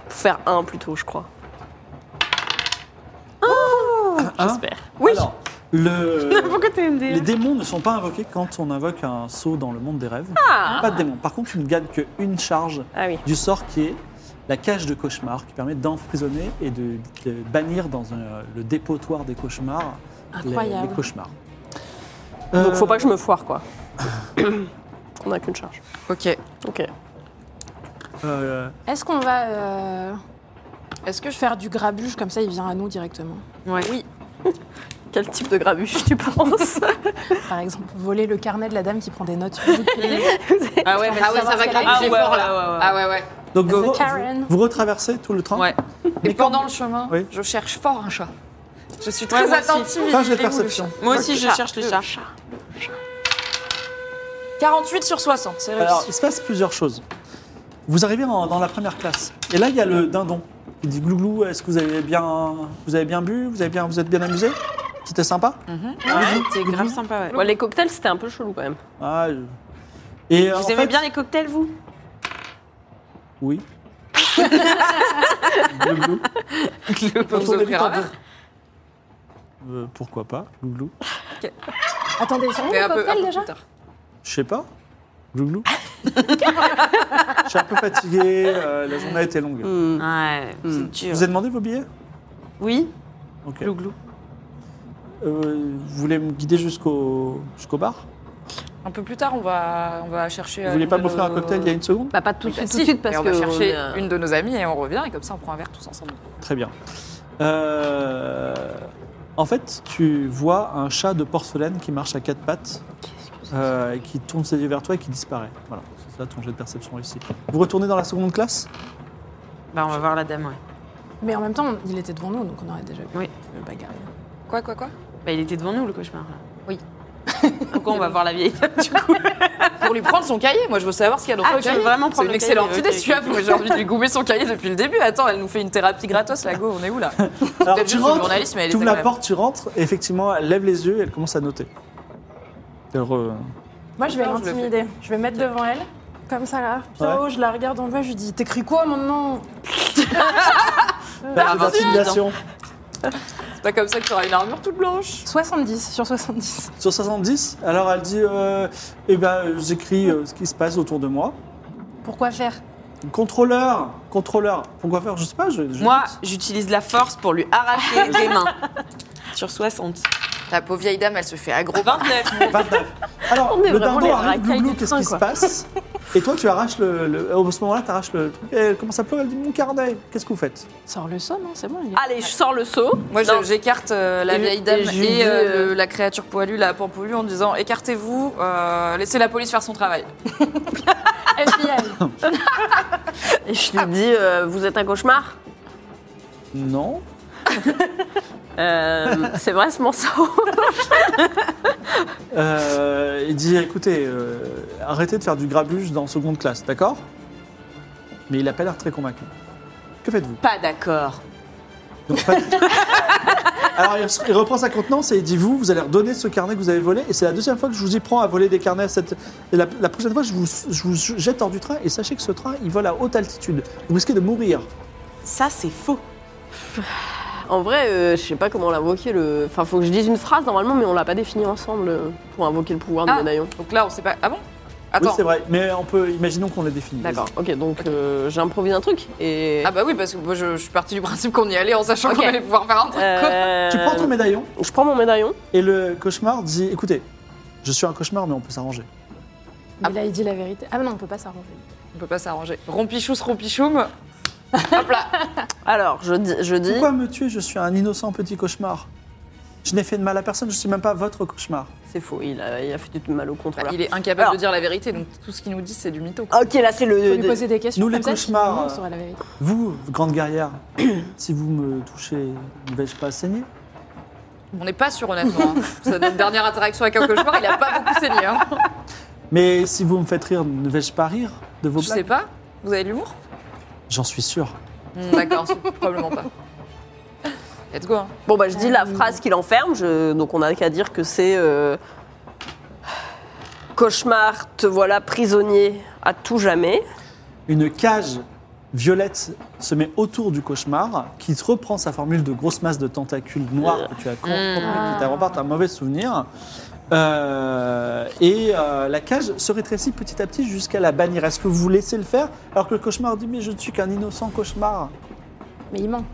Pour faire un plutôt, je crois. Un. J'espère. Oui. Alors, le... Pourquoi t'es MDR les démons ne sont pas invoqués quand on invoque un saut dans le monde des rêves. Ah, Pas de démons. Par contre, tu ne gagnes qu'une charge Ah oui. du sort qui est la cage de cauchemar, qui permet d'emprisonner et de, de bannir dans un- le dépotoir des cauchemars les, Incroyable. les cauchemars. Donc euh, faut pas que je me foire, quoi. On n'a qu'une charge. Ok. Ok. Euh, Est-ce qu'on va euh, Est-ce que je fais. faire du grabuge comme ça Il vient à nous directement. Oui. Quel type de grabuche tu penses Par exemple, voler le carnet de la dame qui prend des notes. sur le bouquet. Ah ouais, mais ah ouais, savoir ça va ce qu'elle a gratter dit. fort là. Ah ouais, ouais. donc vous, Karen. vous retraversez tout le train. Ouais. Mais Et pendant quand- le chemin, Oui. je cherche fort un chat. Je suis très moi aussi. attentive. Enfin, j'ai à de perception. Moi aussi, je chat, cherche le le chat. 48 sur 60, c'est réussi. Alors, il se passe plusieurs choses. Vous arrivez en- dans la première classe. Et là, il y a le dindon qui dit Glouglou, est-ce que vous avez bien, vous avez bien bu vous, avez bien, vous êtes bien amusé C'était sympa Mm. Ouais, C'était grave sympa, ouais. Ouais, les cocktails, c'était un peu chelou quand même. Ah, je- Et en Vous aimez fait- bien les cocktails, vous Oui. Glouglou. Je peux vous Autour des offrir un butins. verre Euh, pourquoi pas Glouglou. Attendez, ils sont où Mais les un peu- un cocktails peu déjà plus tard. Je sais pas. Glouglou. Je suis un peu fatigué, euh, la journée a été longue. Mm. Hmm. Ouais, Hmm. c'est dur. Vous avez demandé vos billets Oui Ok. Euh, vous voulez me guider jusqu'au jusqu'au bar Un peu plus tard, on va, on va chercher. euh, Vous voulez pas m'offrir un cocktail il y a une seconde Bah, pas tout de Bah, suite, si. tout de suite, parce Et on que. va chercher on est, euh, une de nos amies et on revient et comme ça on prend un verre tous ensemble. Très bien. Euh, en fait, tu vois un chat de porcelaine qui marche à quatre pattes, euh, et qui tourne ses yeux vers toi et qui disparaît. Voilà, c'est ça ton jet de perception réussi. Vous retournez dans la seconde classe Bah, on va voir la dame, ouais. Mais en même temps, on- il était devant nous, donc on aurait déjà vu Oui. le bagarre. Quoi, quoi, quoi Bah, il était devant nous, le cauchemar. là. Oui. Pourquoi on va voir la vieille dame, du coup Pour lui prendre son cahier. Moi, je veux savoir ce qu'il y a dans Ah, son tu cahier. veux vraiment C'est prendre une le cahier, excellente ok, idée, ok. celui-là. Moi, j'ai envie de lui goumer son cahier depuis le début. Attends, elle nous fait une thérapie gratos, la go. On est où là Alors, juste une journaliste, mais elle tu est ouvres la agréable. porte, tu rentres, et effectivement, elle lève les yeux et elle commence à noter. Elle re- Moi, je vais Non, je le l'intimider. Je vais mettre devant elle, comme ça là. Pierrot, je la regarde en bas, je lui dis T'écris quoi maintenant Pas d'intimidation. C'est pas comme ça que tu auras une armure toute blanche. 70 sur 70. Sur 70, alors elle dit euh, Eh ben, euh, j'écris euh, ce qui se passe autour de moi. Pourquoi faire Contrôleur Contrôleur Pourquoi faire Je sais pas. Je, je- Moi, j'utilise la force pour lui arracher les mains. Sur 60. La pauvre vieille dame, elle se fait aggro. 29. 29. Alors, On est le vraiment les dindon arrive, racailles glouglou, du qu'est-ce train, qui se quoi. passe Et toi, tu arraches le. le- au- à ce moment-là, tu arraches le truc. Et elle commence à pleurer, elle dit Mon carnet, qu'est-ce que vous faites Sors le somme, hein, c'est bon. il est- Allez, je sors le seau. Moi, je- Non. j'écarte euh, la Et- vieille dame et et, je lui dis, euh, euh, le- la créature poilue, la pampelue, en disant écartez-vous, euh, laissez la police faire son travail. FBI Et je lui dis euh, Vous êtes un cauchemar Non. Euh, C'est vrai ce morceau Euh, il dit Écoutez, euh, arrêtez de faire du grabuge dans seconde classe, d'accord Mais il a pas l'air très convaincu. Que faites-vous Pas d'accord. Donc, pas- Alors, il il reprend sa contenance et il dit Vous, vous allez redonner ce carnet que vous avez volé. Et c'est la deuxième fois que je vous y prends à voler des carnets. à Cette... Et la, la prochaine fois, je vous, je vous jette hors du train. Et sachez que ce train, il vole à haute altitude. Vous risquez de mourir. Ça, c'est faux. En vrai, euh, je sais pas comment l'invoquer. Le... Enfin, faut que je dise une phrase normalement, mais on l'a pas définie ensemble euh, pour invoquer le pouvoir du Ah. médaillon. Donc là, on sait pas. Ah bon Oui, Attends. c'est vrai. Mais on peut, imaginons qu'on l'ait défini. D'accord, ok, donc euh, j'improvise un truc et. ah bah oui, parce que moi, je, je suis partie du principe qu'on y allait en sachant Ok. qu'on allait pouvoir faire un truc. quoi. Euh, Tu prends ton médaillon Je prends mon médaillon. et le cauchemar dit Écoutez, je suis un cauchemar, mais on peut s'arranger. Mais là, il dit la vérité. Ah mais non, on peut pas s'arranger. On peut pas s'arranger. Rompichous, rompichoum. Bah, Hop là. Alors, je dis. Je dis Pourquoi me tuer Je suis un innocent petit cauchemar. Je n'ai fait de mal à personne, je suis même pas votre cauchemar. c'est faux, il a, il a fait du mal au contrôleur. Bah, Il est incapable Alors. de dire la vérité, donc tout ce qu'il nous dit, c'est du mytho. Ok, là c'est Faut le. lui poser des questions. Nous, les comme ça, cauchemars, finalement, on euh, saura la vérité. Vous, grande guerrière, si vous me touchez, ne vais-je pas saigner Oh. On n'est pas sûr, honnêtement. hein. C'est notre dernière interaction avec un cauchemar, il a pas beaucoup saigné. hein. Mais si vous me faites rire, ne vais-je pas rire de vos Je sais blagues pas. Vous avez de l'humour J'en suis sûr. Hmm, D'accord, c'est probablement pas. Let's go. hein. Bon, bah je dis la phrase qui l'enferme, je- donc on a qu'à dire que c'est. euh, Cauchemar, te voilà prisonnier à tout jamais. Une cage violette se met autour du cauchemar, qui reprend sa formule de grosse masse de tentacules noirs que tu as compris, Ah. qui t'apporte un mauvais souvenir. Euh, et euh, la cage se rétrécit petit à petit jusqu'à la bannir. Est-ce que vous laissez le faire alors que le cauchemar dit mais je ne suis qu'un innocent cauchemar Mais il ment.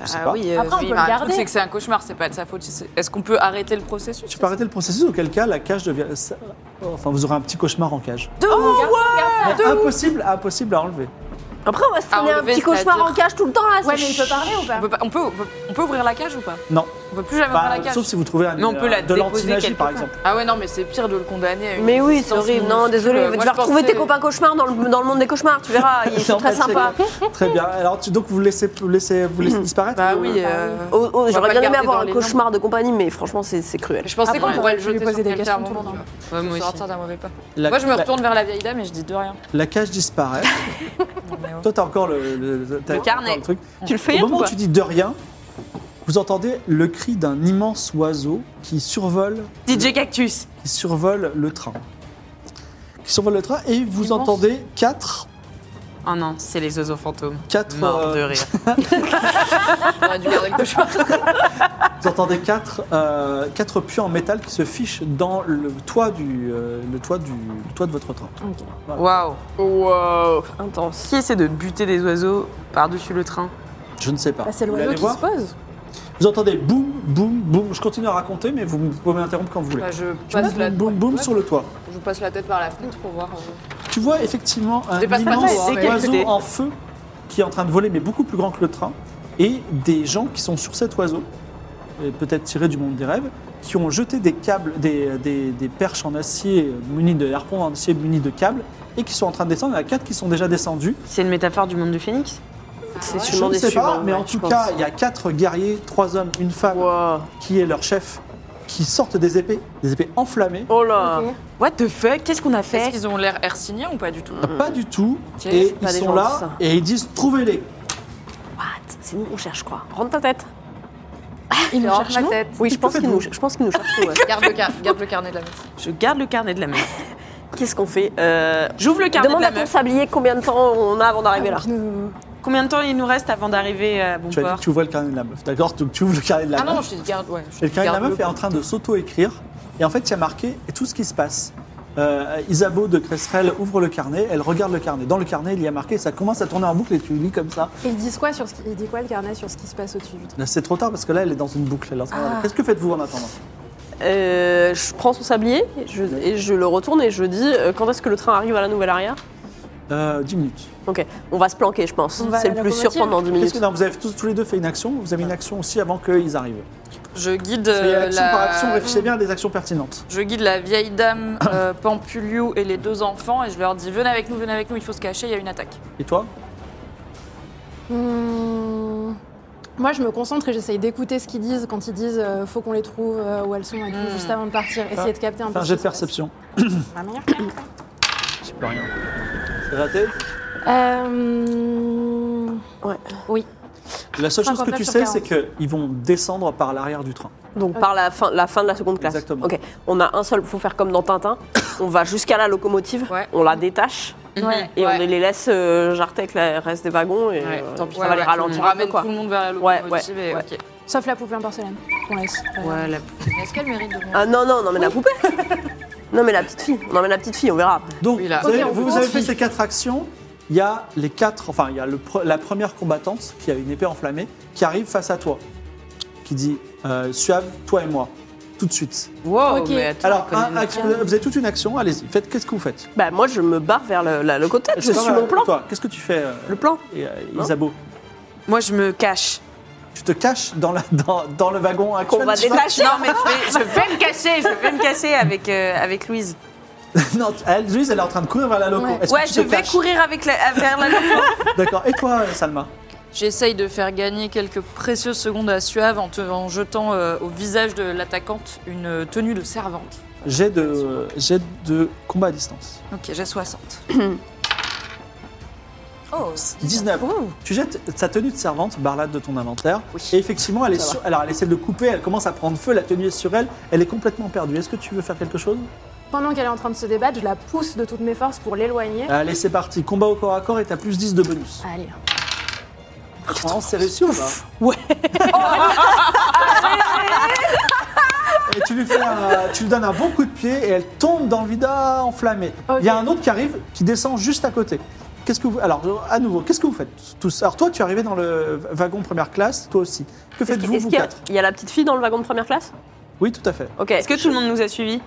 Je sais pas. euh, Après, on peut le bah, garder. truc, c'est que c'est un cauchemar, c'est pas de sa faute. C'est- Est-ce qu'on peut arrêter le processus Tu peux arrêter le processus auquel cas la cage devient... Enfin vous aurez un petit cauchemar en cage. Mais impossible, impossible à enlever. Après, on va se À traîner un enlever, petit cauchemar en c'est-à-dire- cage tout le temps là. Ouais, c'est mais il peut parler ou pas on peut, pas- on peut- on peut ouvrir la cage ou pas Non, On peut plus jamais Enfin, ouvrir la cage. Bah, sauf si vous trouvez un, euh, Mais on peut la de déposer l'antinagie, quelque par part. exemple. Ah ouais, non, mais c'est pire de le condamner à une Mais oui, c'est existence horrible. minuscule. Non, désolé, Moi, tu je vas retrouver pensais- tes copains cauchemars dans le, dans le monde des cauchemars, tu verras, ils sont très sympas. Très bien. Alors, tu- donc, vous le laissez, vous le laissez, vous le Hmm. laissez disparaître Bah oui. euh, Oh, oh, va pas J'aurais bien le aimé garder avoir dans un les cauchemar de compagnie, mais franchement, c'est c'est cruel. Je pensais Après, qu'on on pourrait aurait le pu lui jeter poser sur des quelqu'un à un questions tout moment. le tu euh, temps. Ouais, vois. moi aussi. Sortir d'un mauvais pas. La- Moi, je me la- retourne vers la vieille dame et je dis de rien. La cage disparaît. Toi, t'as encore le, le- t'as encore carnet. le truc. Tu le fais Au moment où tu dis de rien, vous entendez le cri d'un immense oiseau qui survole, DJ Cactus. qui survole le train. Qui survole le train et vous entendez quatre, Oh non, c'est les oiseaux fantômes. quatre, Mort euh, de rire. J'aurais dû garder le cauchemar. vous entendez quatre, euh, quatre pieux en métal qui se fichent dans le toit du, euh, le toit du, le toit de votre train. Waouh. Oh, Waouh. Intense. Qui essaie de buter des oiseaux par-dessus le train Je ne sais pas. Bah, c'est vous l'oiseau l'allez qui voir se pose. Vous entendez boum, boum, boum. Je continue à raconter, mais vous pouvez m'interrompre quand vous voulez. Bah, je Tu vois, passe la boum, boum, boum ouais, sur le toit. Je passe la tête par la fenêtre pour voir. euh, Tu vois effectivement un dépasse pas immense trop, hein, mais- oiseau en feu qui est en train de voler, mais beaucoup plus grand que le train, et des gens qui sont sur cet oiseau, et peut-être tirés du monde des rêves, qui ont jeté des câbles, des, des- des perches en acier munies de harpons en acier munies de câbles, et qui sont en train de descendre. Il y en a quatre qui sont déjà descendus. C'est une métaphore du monde du phénix C'est Ah, Je sûrement ne des sais pas, suivants. mais en ouais, je tout pense. cas, il y a quatre guerriers, trois hommes, une femme, Wow. qui est leur chef, qui sortent des épées, des épées enflammées. Oh là Ok. What the fuck Qu'est-ce qu'on a Est-ce fait qu'ils ont l'air herciniens ou pas du tout Pas du tout. Tiens, Et c'est ils des sont gens, là ça. et ils disent trouvez-les. What C'est nous qu'on cherche, je crois. Rentre ta tête. Ils nous cherchent ma tête. Oui, je pense qu'ils faites-vous nous, je pense qu'ils nous cherchent. ouais. Garde le, car- garde le carnet de la meuf. Je garde le carnet de la meuf. Qu'est-ce qu'on fait Euh, J'ouvre le carnet Demande de la à ton meuf. sablier combien de temps on a avant d'arriver là. Qui nous- Combien de temps il nous reste avant d'arriver à bon Tu as dit port que tu ouvrais le carnet de la meuf, d'accord Donc tu ouvres le carnet de la Ah meuf. non, je te dis garde. Ouais, je et le dis carnet de la garde-le. meuf est en train de s'auto-écrire. Et en fait, il y a marqué tout ce qui se passe. Euh, Isabeau de Cresserelle ouvre le carnet, elle regarde le carnet. Dans le carnet, il y a marqué, ça commence à tourner en boucle et tu lis comme ça. Ils disent quoi sur ce qui... Il dit quoi le carnet sur ce qui se passe au-dessus du train Là, C'est trop tard parce que là, elle est dans une boucle. elle est en train de Ah. regarder. Qu'est-ce que faites-vous en attendant Euh, je prends son sablier et je, et je le retourne et je dis euh, quand est-ce que le train arrive à la nouvelle arrière euh, 10 minutes. Ok, on va se planquer, je pense. On va C'est à le la plus sûr locomotive. pendant 10 Qu'est-ce minutes. que non, vous avez tous, tous les deux fait une action Vous avez une action aussi avant qu'ils arrivent. Je guide Et euh, action par action, la. réfléchissez bien à des actions pertinentes. Je guide la vieille dame euh, Pampulio et les deux enfants et je leur dis venez avec nous, venez avec nous, il faut se cacher, il y a une attaque. Et toi Hmm. Moi, je me concentre et j'essaye d'écouter ce qu'ils disent quand ils disent euh, faut qu'on les trouve euh, où elles sont et tout, Hmm. juste avant de partir. Essayer de capter un Fais peu. un ce jet qui de se passe. perception. Ma meilleure carte. Je peux rien. C'est raté Euh, La seule chose que 59 tu sur sais, 40. c'est qu'ils vont descendre par l'arrière du train. Donc par la fin, la fin de la seconde classe. Exactement. Ok, on a un seul, faut faire comme dans Tintin. on va jusqu'à la locomotive, Ouais. on la détache Ouais. Mhm. et on les laisse euh, jarter avec le reste des wagons et Ouais, euh, tant pis, ça Ouais, va ouais, les On ralentir. un peu, ramène quoi. tout le monde vers la Ouais, locomotive ouais, et ouais. ok. Sauf la poupée en porcelaine. qu'on laisse. Ouais, la- Mais Est-ce qu'elle mérite de venir Ah non, non, non, mais la poupée Non, mais la petite fille, non, mais la petite fille, on verra. Donc, Oui, là. vous, avez, Ok, on vous commence. avez fait ces quatre actions. Il y a les quatre, enfin, il y a le pre- la première combattante qui a une épée enflammée qui arrive face à toi, qui dit euh, Suave, toi et moi, tout de suite. Wow, Ok. mais attends, Alors, on connaît un- notre action- vous avez toute une action. Allez-y, faites. Qu'est-ce que vous faites Bah, moi, je me barre vers le, la locomotive, je Est-ce que- suis mon plan. Toi, qu'est-ce que tu fais, euh, Le plan et, euh, Non. Isabeau Moi, je me cache. Tu te caches dans, la, dans, dans le wagon actuel Qu'on va du train détacher. Non, mais je vais, je vais me cacher, je vais me cacher avec, euh, avec Louise. Non, tu- elle, Louise, elle est en train de courir vers la loco. Ouais. Est-ce que Ouais, tu te je vais caches courir avec la, vers la loco. D'accord. Et toi, euh, Salma J'essaye de faire gagner quelques précieuses secondes à Suave en, te- en jetant euh, au visage de l'attaquante une euh, tenue de servante. J'ai de, j'ai de combat à distance. Ok, j'ai 60. 19. Oh. Tu jettes sa tenue de servante, Barlade, de ton inventaire. Et effectivement, elle, est sur- alors, elle essaie de le couper, elle commence à prendre feu, la tenue est sur elle, elle est complètement perdue. Est-ce que tu veux faire quelque chose Pendant qu'elle est en train de se débattre, je la pousse de toutes mes forces pour l'éloigner. Euh, Allez, c'est parti. Combat au corps à corps et t'as plus 10 de bonus. Allez. Oh, c'est réussi ou pas Ouais. Et tu lui, fais un- tu lui donnes un bon coup de pied et elle tombe dans le vide ah, enflammé. Ok. Il y a un autre qui arrive, qui descend juste à côté. Qu'est-ce que vous alors à nouveau qu'est-ce que vous faites tous Alors toi tu es arrivé dans le wagon première classe, toi aussi. Que Est-ce faites-vous qu'il- est-ce vous qu'il y a- quatre il y a la petite fille dans le wagon de première classe Oui tout à fait. Ok. Est-ce que tout le monde nous a suivis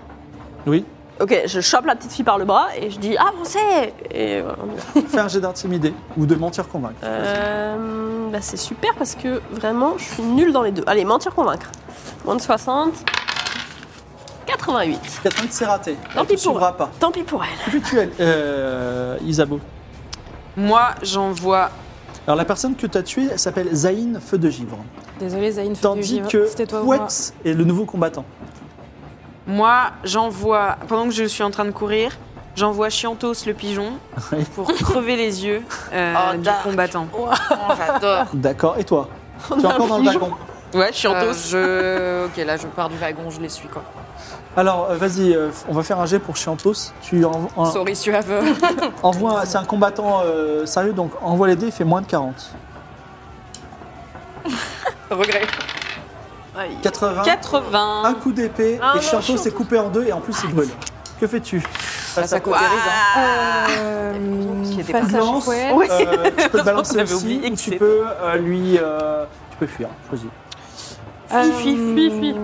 Oui. Ok, je chope la petite fille par le bras et je dis avancez Et euh, voilà, on y va. Fais un jet d'intimider ou de mentir convaincre. Euh, bah, c'est super parce que vraiment je suis nulle dans les deux. Allez, mentir, convaincre. Moins de 60. 88. 88, c'est raté. Tant Elle te pis pour suivra pas. Tant pis pour elle. Que tu es, euh, Isabeau Moi, j'envoie. Alors la personne que tu as tuée elle s'appelle Zayn Feu de Givre, Désolée, Zayn, fais du tandis givre. que C'était toi ou moi. Wex est le nouveau combattant. Moi, j'envoie. Pendant que je suis en train de courir, j'envoie Chiantos le pigeon Oui. pour crever les yeux euh, Oh, du dark. combattant. Oh, J'adore. D'accord, et toi Tu es encore dans le wagon. Ouais, Chiantos. Euh, je... Ok, là, je pars du wagon, je les suis, quoi. Alors euh, vas-y, euh, on va faire un jet pour Chiantos. Tu en- en- Sorry, suave. envoies, un- c'est un combattant euh, sérieux, donc envoie les dés, il fait moins de 40. Euh, Regret. 80, 80. un coup d'épée, et Chiantos est coupé en deux, et en plus il brûle. Que fais-tu Face à quoi hein. Ah. Euh, Qui était face à Lance, Joël. euh, tu peux le balancer J'avais aussi, oublié ou que tu c'était- peux euh, lui... euh, tu peux fuir, choisis. Euh, Fui, fui, fui, fui.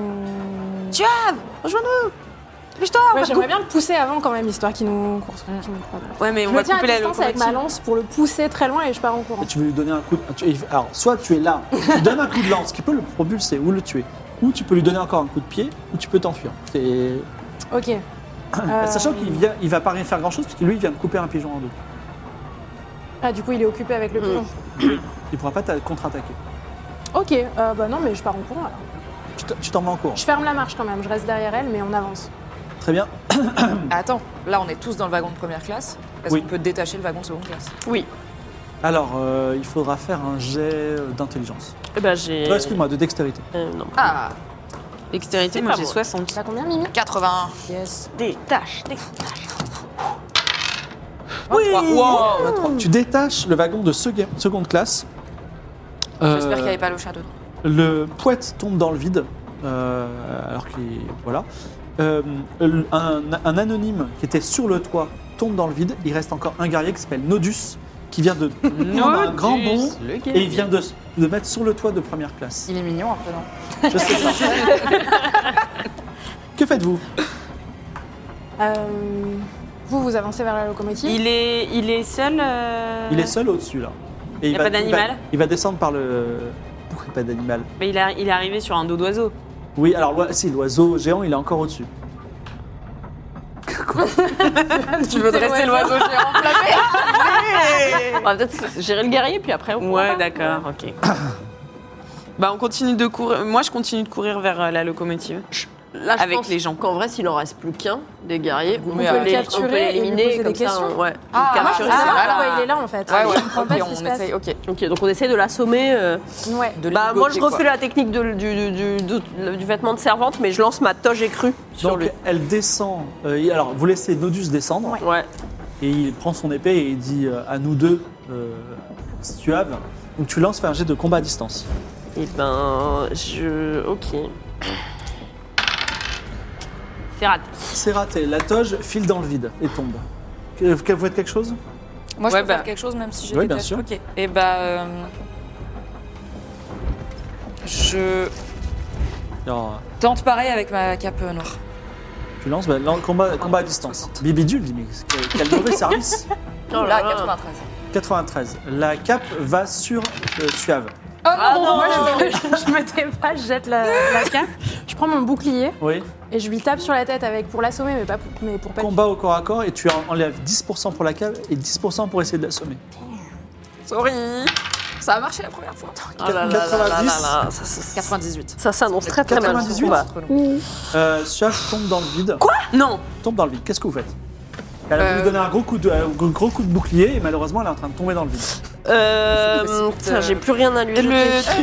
Ouais, J'aimerais bien le pousser avant quand même, histoire qu'il nous court. qu'il nous croise. Ouais, mais Je on me va tiens à couper la distance avec ma locomotive. lance pour le pousser très loin et je pars en courant. Et tu veux lui donner un coup de... tu- il- Alors, soit tu es là, tu donnes un coup de lance qui peut le propulser ou le tuer, ou tu peux lui donner encore un coup de pied, ou tu peux t'enfuir. C'est- Ok. Euh, Sachant qu'il vient, il va pas rien faire grand-chose, parce que lui, il vient de couper un pigeon en deux. Ah, du coup, il est occupé avec le Mm. pion. Il pourra pas t'a- contre-attaquer. Ok, euh, bah non, mais je pars en courant alors. Tu t- Tu t'en vas en courant. Je ferme la marche quand même, je reste derrière elle, mais on avance. Très bien. Attends, là, on est tous dans le wagon de première classe. Est-ce Oui. qu'on peut détacher le wagon de seconde classe Alors, euh, il faudra faire un jet d'intelligence. Eh ben j'ai. Euh, Excuse-moi, de dextérité. Euh, non. Ah, Dextérité, C'est moi pas j'ai moi. 60. T'as combien, Mimi 80. Yes. Des tâches. Des... Oui wow. 23. Tu détaches le wagon de seconde, seconde classe. J'espère qu'il n'y Euh, avait pas le chat dedans. Le poète tombe dans le vide, euh, alors qu'il. Voilà. Euh, le- un, un anonyme qui était sur le toit tombe dans le vide. Il reste encore un guerrier qui s'appelle Nodus, qui vient de prendre un grand bond et il vient de, s- de mettre sur le toit de première classe. Il est mignon, après, non Je sais pas. que faites-vous Euh, vous, vous avancez vers la locomotive. Il est, il est seul. euh, Il est seul au-dessus là. Et Y a pas d'animal il va- il va descendre par le. Pourquoi pas d'animal Mais bah, il, a- il est arrivé sur un dos d'oiseau. Oui, alors l'oi- si l'oiseau géant, il est encore au-dessus. Tu veux dresser l'oiseau géant enflammé On va peut-être gérer le guerrier, puis après on. Ouais, d'accord, ok. bah, on continue de courir. Moi, je continue de courir vers euh, la locomotive. Là, je Avec pense les gens. qu'en vrai, s'il en reste plus qu'un des guerriers, on, peut le les- capturer on peut et lui l'éliminer poser des comme ça. questions. on- ouais. Ah, on le moi, Ah, je capture. veux Ah, savoir voilà. pourquoi il est là en fait. Ouais, ouais, Je comprends pas ok, ce qui se on passe. essaye, ok. Ok, donc on essaie de l'assommer. euh, Ouais. De Bah, lui moi, je goûter, refais quoi. la technique de- du, du- du- du- du vêtement de servante, mais je lance ma toge écrue sur Donc lui. elle descend. euh, il- alors vous laissez Nodus descendre. Ouais. Et il prend son épée et il dit euh, à nous deux, euh, Stuave, donc tu lances faire un jet de combat à distance. Et ben, je. Ok. C'est raté. C'est raté, la toge file dans le vide et tombe. Que- que- Vous faites quelque chose Moi, je Ouais, peux bah. faire quelque chose, même si j'ai Ouais, des bien tâches. sûr. Ok. Et bah. euh, Je Alors, tente pareil avec ma cape euh, noire. tu lances bah, lan- combat, combat à distance. Bibidule, dis mais quel, quel mauvais service Oh là là, là. 93. 93. La cape va sur euh, Suave. Oh non, Ah non, moi je, je me dépasse, je jette la, la cape. Je prends mon bouclier Oui. et je lui tape sur la tête avec pour l'assommer, mais pas pour, mais pour pas. qu'il- Combat au corps à corps et tu en- enlèves 10% pour la cape et 10% pour essayer de l'assommer. Sorry Ça a marché la première fois. Oh là là là là là 90. là. Ça, ça, ça- 98. ça s'annonce très très mal. ce 98. combat. Euh, Suave tombe dans le vide. Non tombe dans le vide. Qu'est-ce que vous faites Elle a Euh, voulu donner un gros, coup de, un gros coup de bouclier et malheureusement elle est en train de tomber dans le vide. Euh, C'est- putain, j'ai plus rien à lui. jeter.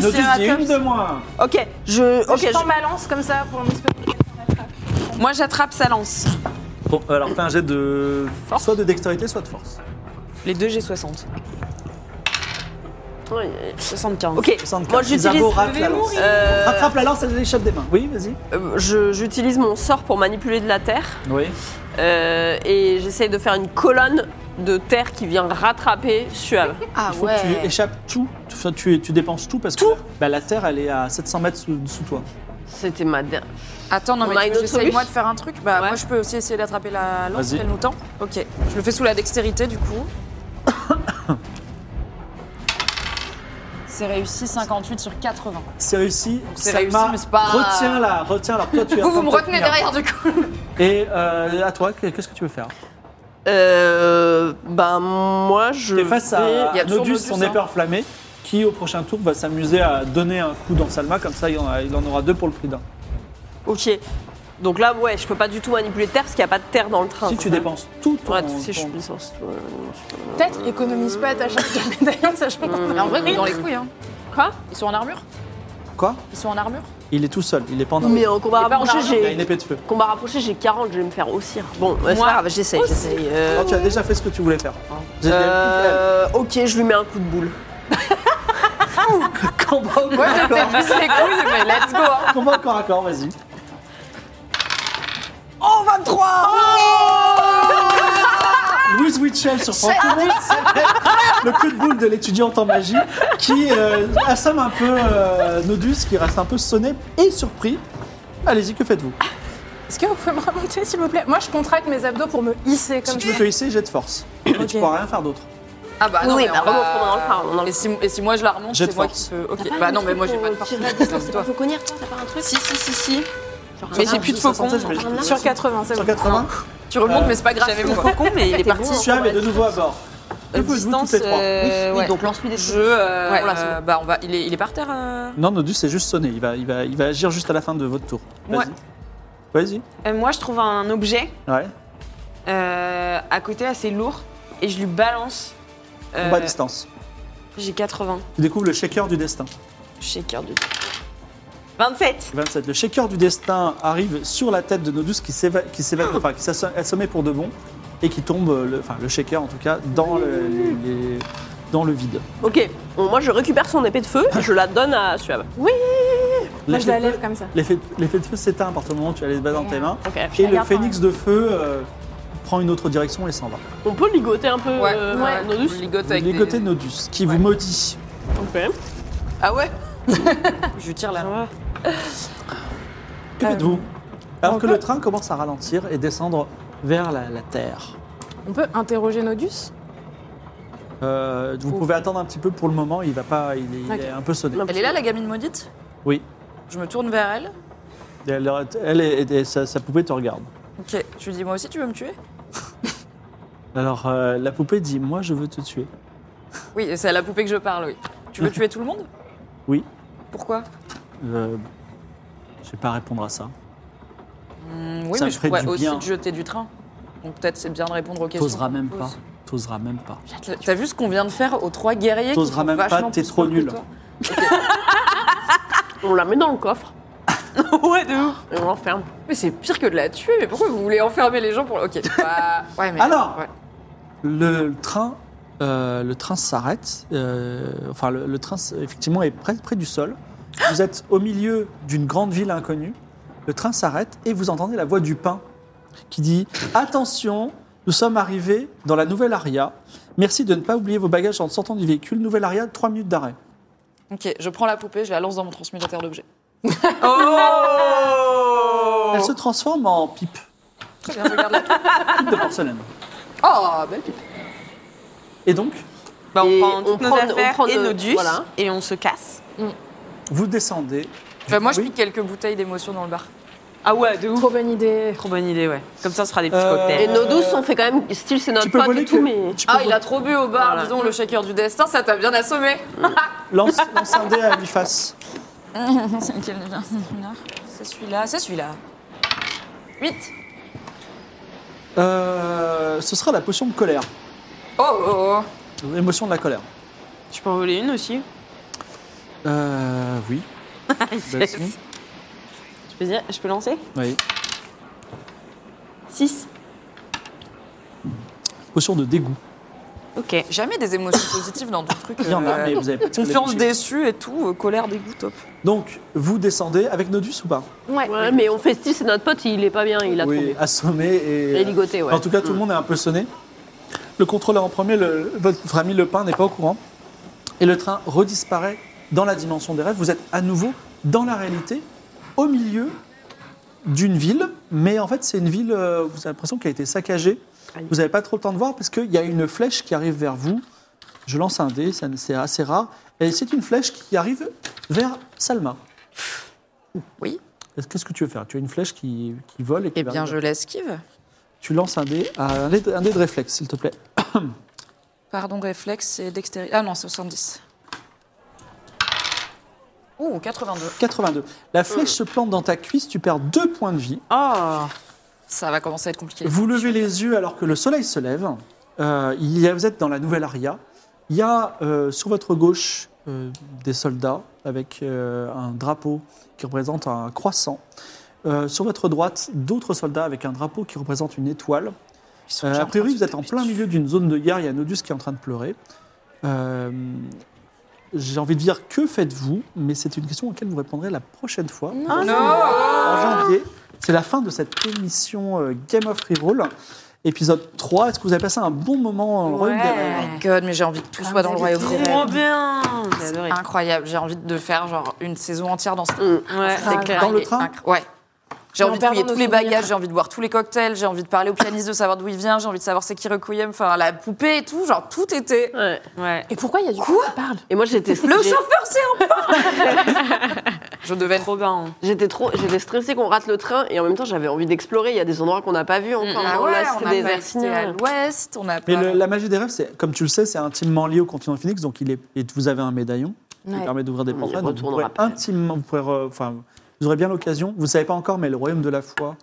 Nodus dit une de moins. Ok, je. Ok, je prends je- ma lance comme ça pour un petit peu. Moi, j'attrape sa lance. Bon, euh, alors fais un jet de. Soit de dextérité, soit de force. Les deux, j'ai 60. Ouais, ouais. 75. Ok, 64. moi j'utilise. Isabeau rate la lance. Euh, Rattrape la lance, elle l'échappe des mains. Oui, vas-y. euh, je- J'utilise mon sort pour manipuler de la terre Oui. euh, et j'essaye de faire une colonne de terre qui vient rattraper Suave. Ah Il faut que tu échappes tout. Enfin, tu, tu dépenses tout parce que bah, la terre, elle est à 700 mètres sous, sous toi. C'était ma dernière. Attends, non, On mais a tu une veux que autre j'essaye, moi ruche de faire un truc. Bah, Ouais. moi, je peux aussi essayer d'attraper la lance Vas-y. qu'elle nous tend. Ok, je le fais sous la dextérité, du coup. C'est réussi 58 sur 80. C'est réussi. c'est Salma, réussi, mais c'est pas- Retiens-la, retiens-la. Toi, tu es en Vous, vous train de me te retenez tenir. derrière, du coup. Et euh, à toi, qu'est-ce que tu veux faire Euh, ben moi je. T'es face à Il y a toujours Nodus, Nodus, son hein. épée enflammée, qui au prochain tour va s'amuser à donner un coup dans Salma, comme ça il en, a- il en aura deux pour le prix d'un. Ok. Donc là, ouais, je peux pas du tout manipuler de terre parce qu'il n'y a pas de terre dans le train. Si tu Ouais. dépenses tout ton... Ouais, tout- si je ton- suis puissance. Peut-être économise pas ta charge de médaillon, sachant qu'on Mais a en vrai, ils sont Mmh. dans rien. les couilles. Hein. Quoi Ils sont en armure Quoi Ils sont en armure Il est tout seul, il est pas en Mais en combat Et ben, on rapproché, a- Il a j'ai. une épée de feu. Combat rapproché, j'ai 40, je vais me faire aussi. Bon, ouais, c'est pas grave, j'essaye, j'essaye. Euh, Alors, tu as déjà fait ce que tu voulais faire. J'ai euh, ok, je lui mets un coup de boule. combat au corps Ouais, à j'étais corps. plus les couilles, mais let's go. hein. Combat au corps à corps, vas-y. Oh, 23 Oh Louise Witchell surprend tout le monde. c'est Le coup de boule de l'étudiante en magie qui euh, assomme un peu euh, Nodus, qui reste un peu sonné et surpris. Allez-y, que faites-vous Est-ce que vous pouvez me remonter, s'il vous plaît Moi, je contracte mes abdos pour me hisser Si comme tu je veux te hisser, jet de force. Mais tu pourras rien faire d'autre. Ah bah non, oui, mais bah on va- remonte, on est dans le train, on est dans le Et si, et si moi je la remonte, Jet de c'est moi force. qui peux. Ok, bah non, mais moi j'ai pas de force. C'est pas faux cognir, toi, t'as pas un truc Si, si, si, si. Genre Mais un j'ai arbre, plus de ça faucon. sentait, je vais- genre un arbre. Sur 80, c'est bon. 180 Tu remontes, Euh, mais c'est pas grave. J'avais mon faucon, mais il est parti. Suave est de nouveau à bord. Que faites-vous Distance, toutes les trois euh, ouais. donc lance-lui des Je. euh, Oh Ouais. on la sauve. bah on va. Il est, il est par terre. euh Non, Nodus, c'est juste sonné. Il va, il, va, il va agir juste à la fin de votre tour. Vas-y. Ouais. Vas-y. Euh, moi, je trouve un objet Ouais. euh, à côté assez lourd et je lui balance. euh, bah, Combat à distance. J'ai 80. Tu découvres le shaker du destin. Shaker de. 27 27. Le shaker du destin arrive sur la tête de Nodus qui s'éva- qui s'évade, enfin qui s'assommait pour de bon et qui tombe, euh, le, enfin le shaker en tout cas, dans le, les- les- dans le vide. Ok, bon, moi je récupère son épée de feu et je la donne à Suave. Moi, je la L'effet de- lève comme ça. L'effet l'effet de feu s'éteint à partir du moment où tu as les balles dans tes mains. Ok. Et le hein. phénix de feu euh, prend une autre direction et s'en va. On peut ligoter un peu Ouais, euh, ouais. Nodus Je ligote avec Les côtés des- Nodus qui vous maudit. Ok. Ah ouais Je lui tire là. Euh, Que faites-vous Alors que le train commence à ralentir et descendre vers la, la terre. On peut interroger Nodus Euh, vous pouvez attendre un petit peu pour le moment, il va pas, il est, il Ok. est un peu sonné. Elle est là la gamine maudite Oui. Je me tourne vers elle. Elle, elle et, et sa, sa poupée te regarde. Ok, je lui dis moi aussi tu veux me tuer Alors euh, la poupée dit Moi je veux te tuer. Oui, et c'est à la poupée que je parle, oui. Tu veux tuer tout le monde Oui. Pourquoi Euh, je vais pas répondre à ça. Hmm, Oui, Ça mais me je ferait pourrais du aussi bien. te jeter du train. Donc peut-être c'est bien de répondre aux questions. T'oseras qu'on même pose. pas. T'oseras même pas. T'as- T'as vu ce qu'on vient de faire aux trois guerriers qui T'oseras sont même pas, vachement t'es plus trop forts que nul. toi On la met dans le coffre Ouais, de ouf et on l'enferme. Mais c'est pire que de la tuer, mais pourquoi vous voulez enfermer les gens pour. Ok, bah. Ouais, mais. Alors ouais. Le train, euh, le train s'arrête. euh, enfin, le, le train s- effectivement est près, près du sol. Vous êtes au milieu d'une grande ville inconnue. Le train s'arrête et vous entendez la voix du pain qui dit Attention, nous sommes arrivés dans la nouvelle aria. Merci de ne pas oublier vos bagages en sortant du véhicule. Nouvelle aria, 3 minutes d'arrêt. Ok, je prends la poupée, je la lance dans mon transmutateur d'objets. Oh Elle se transforme en pipe, Très Eh bien, je garde la pipe de porcelaine. Ah, Oh, belle pipe. Et donc, Bah, on Et prend toutes on nos prend- on affaires prend et de- nos dus voilà. et on se casse. vous descendez. Enfin, Bah, moi, je Oui. pique quelques bouteilles d'émotion dans le bar. Ah ouais, de ouf Trop bonne idée. Trop bonne idée, ouais. Comme ça, on se fera des petits Euh, Et cocktails. Nodus, on fait quand même. Style, c'est notre Tu peux pote voler et tout, que- mais. tu peux Ah, voler- il a trop bu au bar, Voilà. disons, le shaker du destin, ça t'a bien assommé. lance, lance un dé à huit faces. c'est lequel déjà C'est celui-là, c'est celui-là. 8. Euh, ce sera la potion de colère, Oh, oh, oh. l'émotion de la colère. Je peux en voler une aussi Euh, oui. Yes. Je peux dire, je peux lancer Oui. 6. Potion de dégoût. Ok. Jamais des émotions positives dans tout truc. Il y en a, euh, mais vous avez pas tous les Confiance bouchées. déçue et tout, euh, colère, dégoût, top. Donc, vous descendez avec Nodus ou pas Ouais. Ouais, mais on fait style, c'est notre pote, il est pas bien, il a tombé. assommé et. Il est ligoté, ouais. En tout cas, tout le monde est un peu sonné. Le contrôleur en premier, le, votre ami Lepin n'est pas au courant. Et le train redisparaît dans la dimension des rêves. Vous êtes à nouveau dans la réalité, au milieu d'une ville, mais en fait c'est une ville, euh, vous avez l'impression qu'elle a été saccagée. Vous n'avez pas trop le temps de voir parce qu'il y a une flèche qui arrive vers vous. Je lance un dé, ça- c'est assez rare. Et c'est une flèche qui arrive vers Salma. Oui. Est-ce- Qu'est-ce que tu veux faire Tu as une flèche qui, qui vole et qui Eh bien, arrive- je l'esquive. Tu lances un dé, un dé, de- un dé de réflexe, s'il te plaît. Pardon, réflexe et dextérité. Ah non, c'est 70. Ouh, 82. 82. La flèche se plante dans ta cuisse, tu perds deux points de vie. Oh Ça va commencer à être compliqué. Vous levez les yeux alors que le soleil se lève. Euh, il y a- vous êtes dans la nouvelle aria. Il y a euh, sur votre gauche euh, des soldats avec euh, un drapeau qui représente un croissant. Euh, sur votre droite, d'autres soldats avec un drapeau qui représente une étoile. Euh, a priori, vous êtes en plein milieu d'une zone de guerre. Il y a Nodus qui est en train de pleurer. Euh, J'ai envie de dire que faites-vous, mais c'est une question à laquelle vous répondrez la prochaine fois en janvier. C'est la fin de cette émission euh, Game of Reroll, épisode 3. Est-ce que vous avez passé un bon moment dans le royaume des rêves My God, mais j'ai envie que Ah, tout soit dans le royaume des Trop rêves. bien J'ai adoré. Incroyable, j'ai envie de faire genre une saison entière dans ce Ah, Ouais. C'est clair. Dans le il est train incr- Ouais. J'ai Mais hein. en envie de perdant fouiller nos tous les souvenirs. bagages, j'ai envie de boire tous les cocktails, j'ai envie de parler au pianiste, de savoir d'où il vient, j'ai envie de savoir c'est qui Requiem, enfin la poupée et tout, genre tout était. Ouais. Ouais. Et pourquoi il y a du coup qui parle Et moi, j'étais Le j'ai- chauffeur c'est en pain Je devais être Trop bien. j'étais trop, j'étais stressée qu'on rate le train et en même temps, j'avais envie d'explorer. Il y a des endroits qu'on n'a pas vus encore. Ah on ouais, a on des a pas déserts été à signaux. l'ouest, on a Mais pas- le- la magie des rêves, c'est, comme tu le sais, c'est intimement lié au continent phoenix, donc il est, et vous avez un médaillon qui Ouais. permet d'ouvrir des On y portraits. donc vous pourrez retournera peut-être. intimement, vous pourrez, re- enfin, vous aurez bien l'occasion. Vous ne savez pas encore, mais le royaume de la foi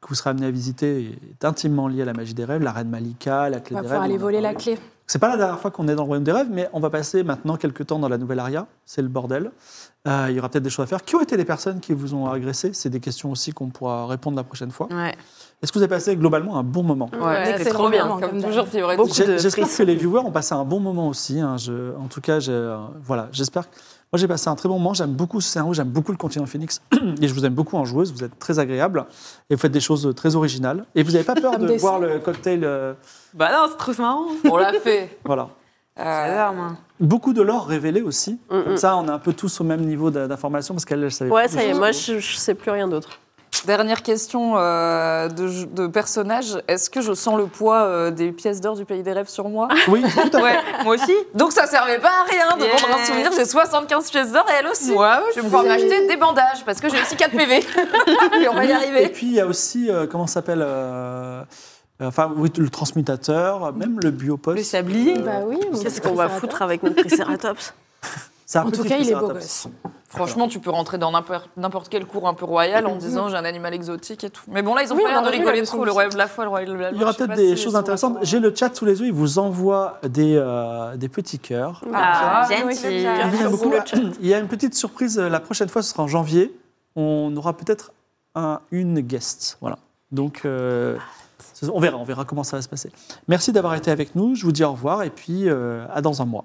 que vous serez amené à visiter est intimement lié à la magie des rêves, la reine Malika, la On clé va des rêves. pouvoir on aller en a voler la parlé. clé. C'est pas la dernière fois qu'on est dans le royaume des rêves, mais on va passer maintenant quelques temps dans la nouvelle aria. C'est le bordel. Euh, il y aura peut-être des choses à faire. Qui ont été les personnes qui vous ont agressé C'est des questions aussi qu'on pourra répondre la prochaine fois. Ouais. Est-ce que vous avez passé globalement un bon moment Ouais, Excellent c'est trop bien. moment, Comme comme toujours, Fiorello. Beaucoup J'ai- de J'espère que frissons. les viewers ont passé un bon moment aussi. hein. Je- en tout cas, j'ai- euh, voilà, j'espère. que- Moi, j'ai passé un très bon moment. J'aime beaucoup ce scénario, j'aime beaucoup le continent Phoenix. Et je vous aime beaucoup en joueuse. Vous êtes très agréable et vous faites des choses très originales. Et vous n'avez pas peur Comme de des boire le cocktail. euh, Bah non, c'est trop marrant. on l'a fait. voilà. Euh, J'adore, moi. Beaucoup de l'or révélé aussi. Mm, Comme mm. ça, on est un peu tous au même niveau d'a- d'information parce qu'elle, elle savait Ouais, plus ça y des est. choses. Moi, je, je sais plus rien d'autre. Dernière question euh, de, de personnage, est-ce que je sens le poids euh, des pièces d'or du pays des rêves sur moi Oui, tout à fait. Moi aussi. Donc ça servait pas à rien de Yeah. prendre un souvenir, j'ai 75 pièces d'or et elle aussi. Moi Je vais pouvoir m'acheter des bandages parce que j'ai aussi 4 PV. et on va y Et arriver. puis, il y a aussi, euh, comment ça s'appelle euh, euh, Enfin, oui, le transmutateur, même le biopost. Le sablier. Bah oui. mais Qu'est-ce c'est qu'on va ça, foutre avec notre Triceratops C'est un En peu tout type cas, il est beau Triceratops. gosse. Franchement, tu peux rentrer dans n'importe n'importe quel cours un peu royal en disant j'ai un animal exotique et tout. Mais bon, là, ils ont Oui, pas on l'air de aurait vu la rigoler leçon trop. Le aussi. royaume de la foi, le royaume de la Il y aura peut-être des choses intéressantes. hein. J'ai le chat sous les yeux, il vous envoie des, euh, des petits cœurs. Ah, Ah, gentil. Il vous aime beaucoup. le chat. Il y a une petite surprise euh, la prochaine fois, ce sera en janvier. On aura peut-être un- une guest. Voilà. Donc, euh, on verra, on verra comment ça va se passer. Merci d'avoir été avec nous. Je vous dis au revoir et puis euh, à dans un mois.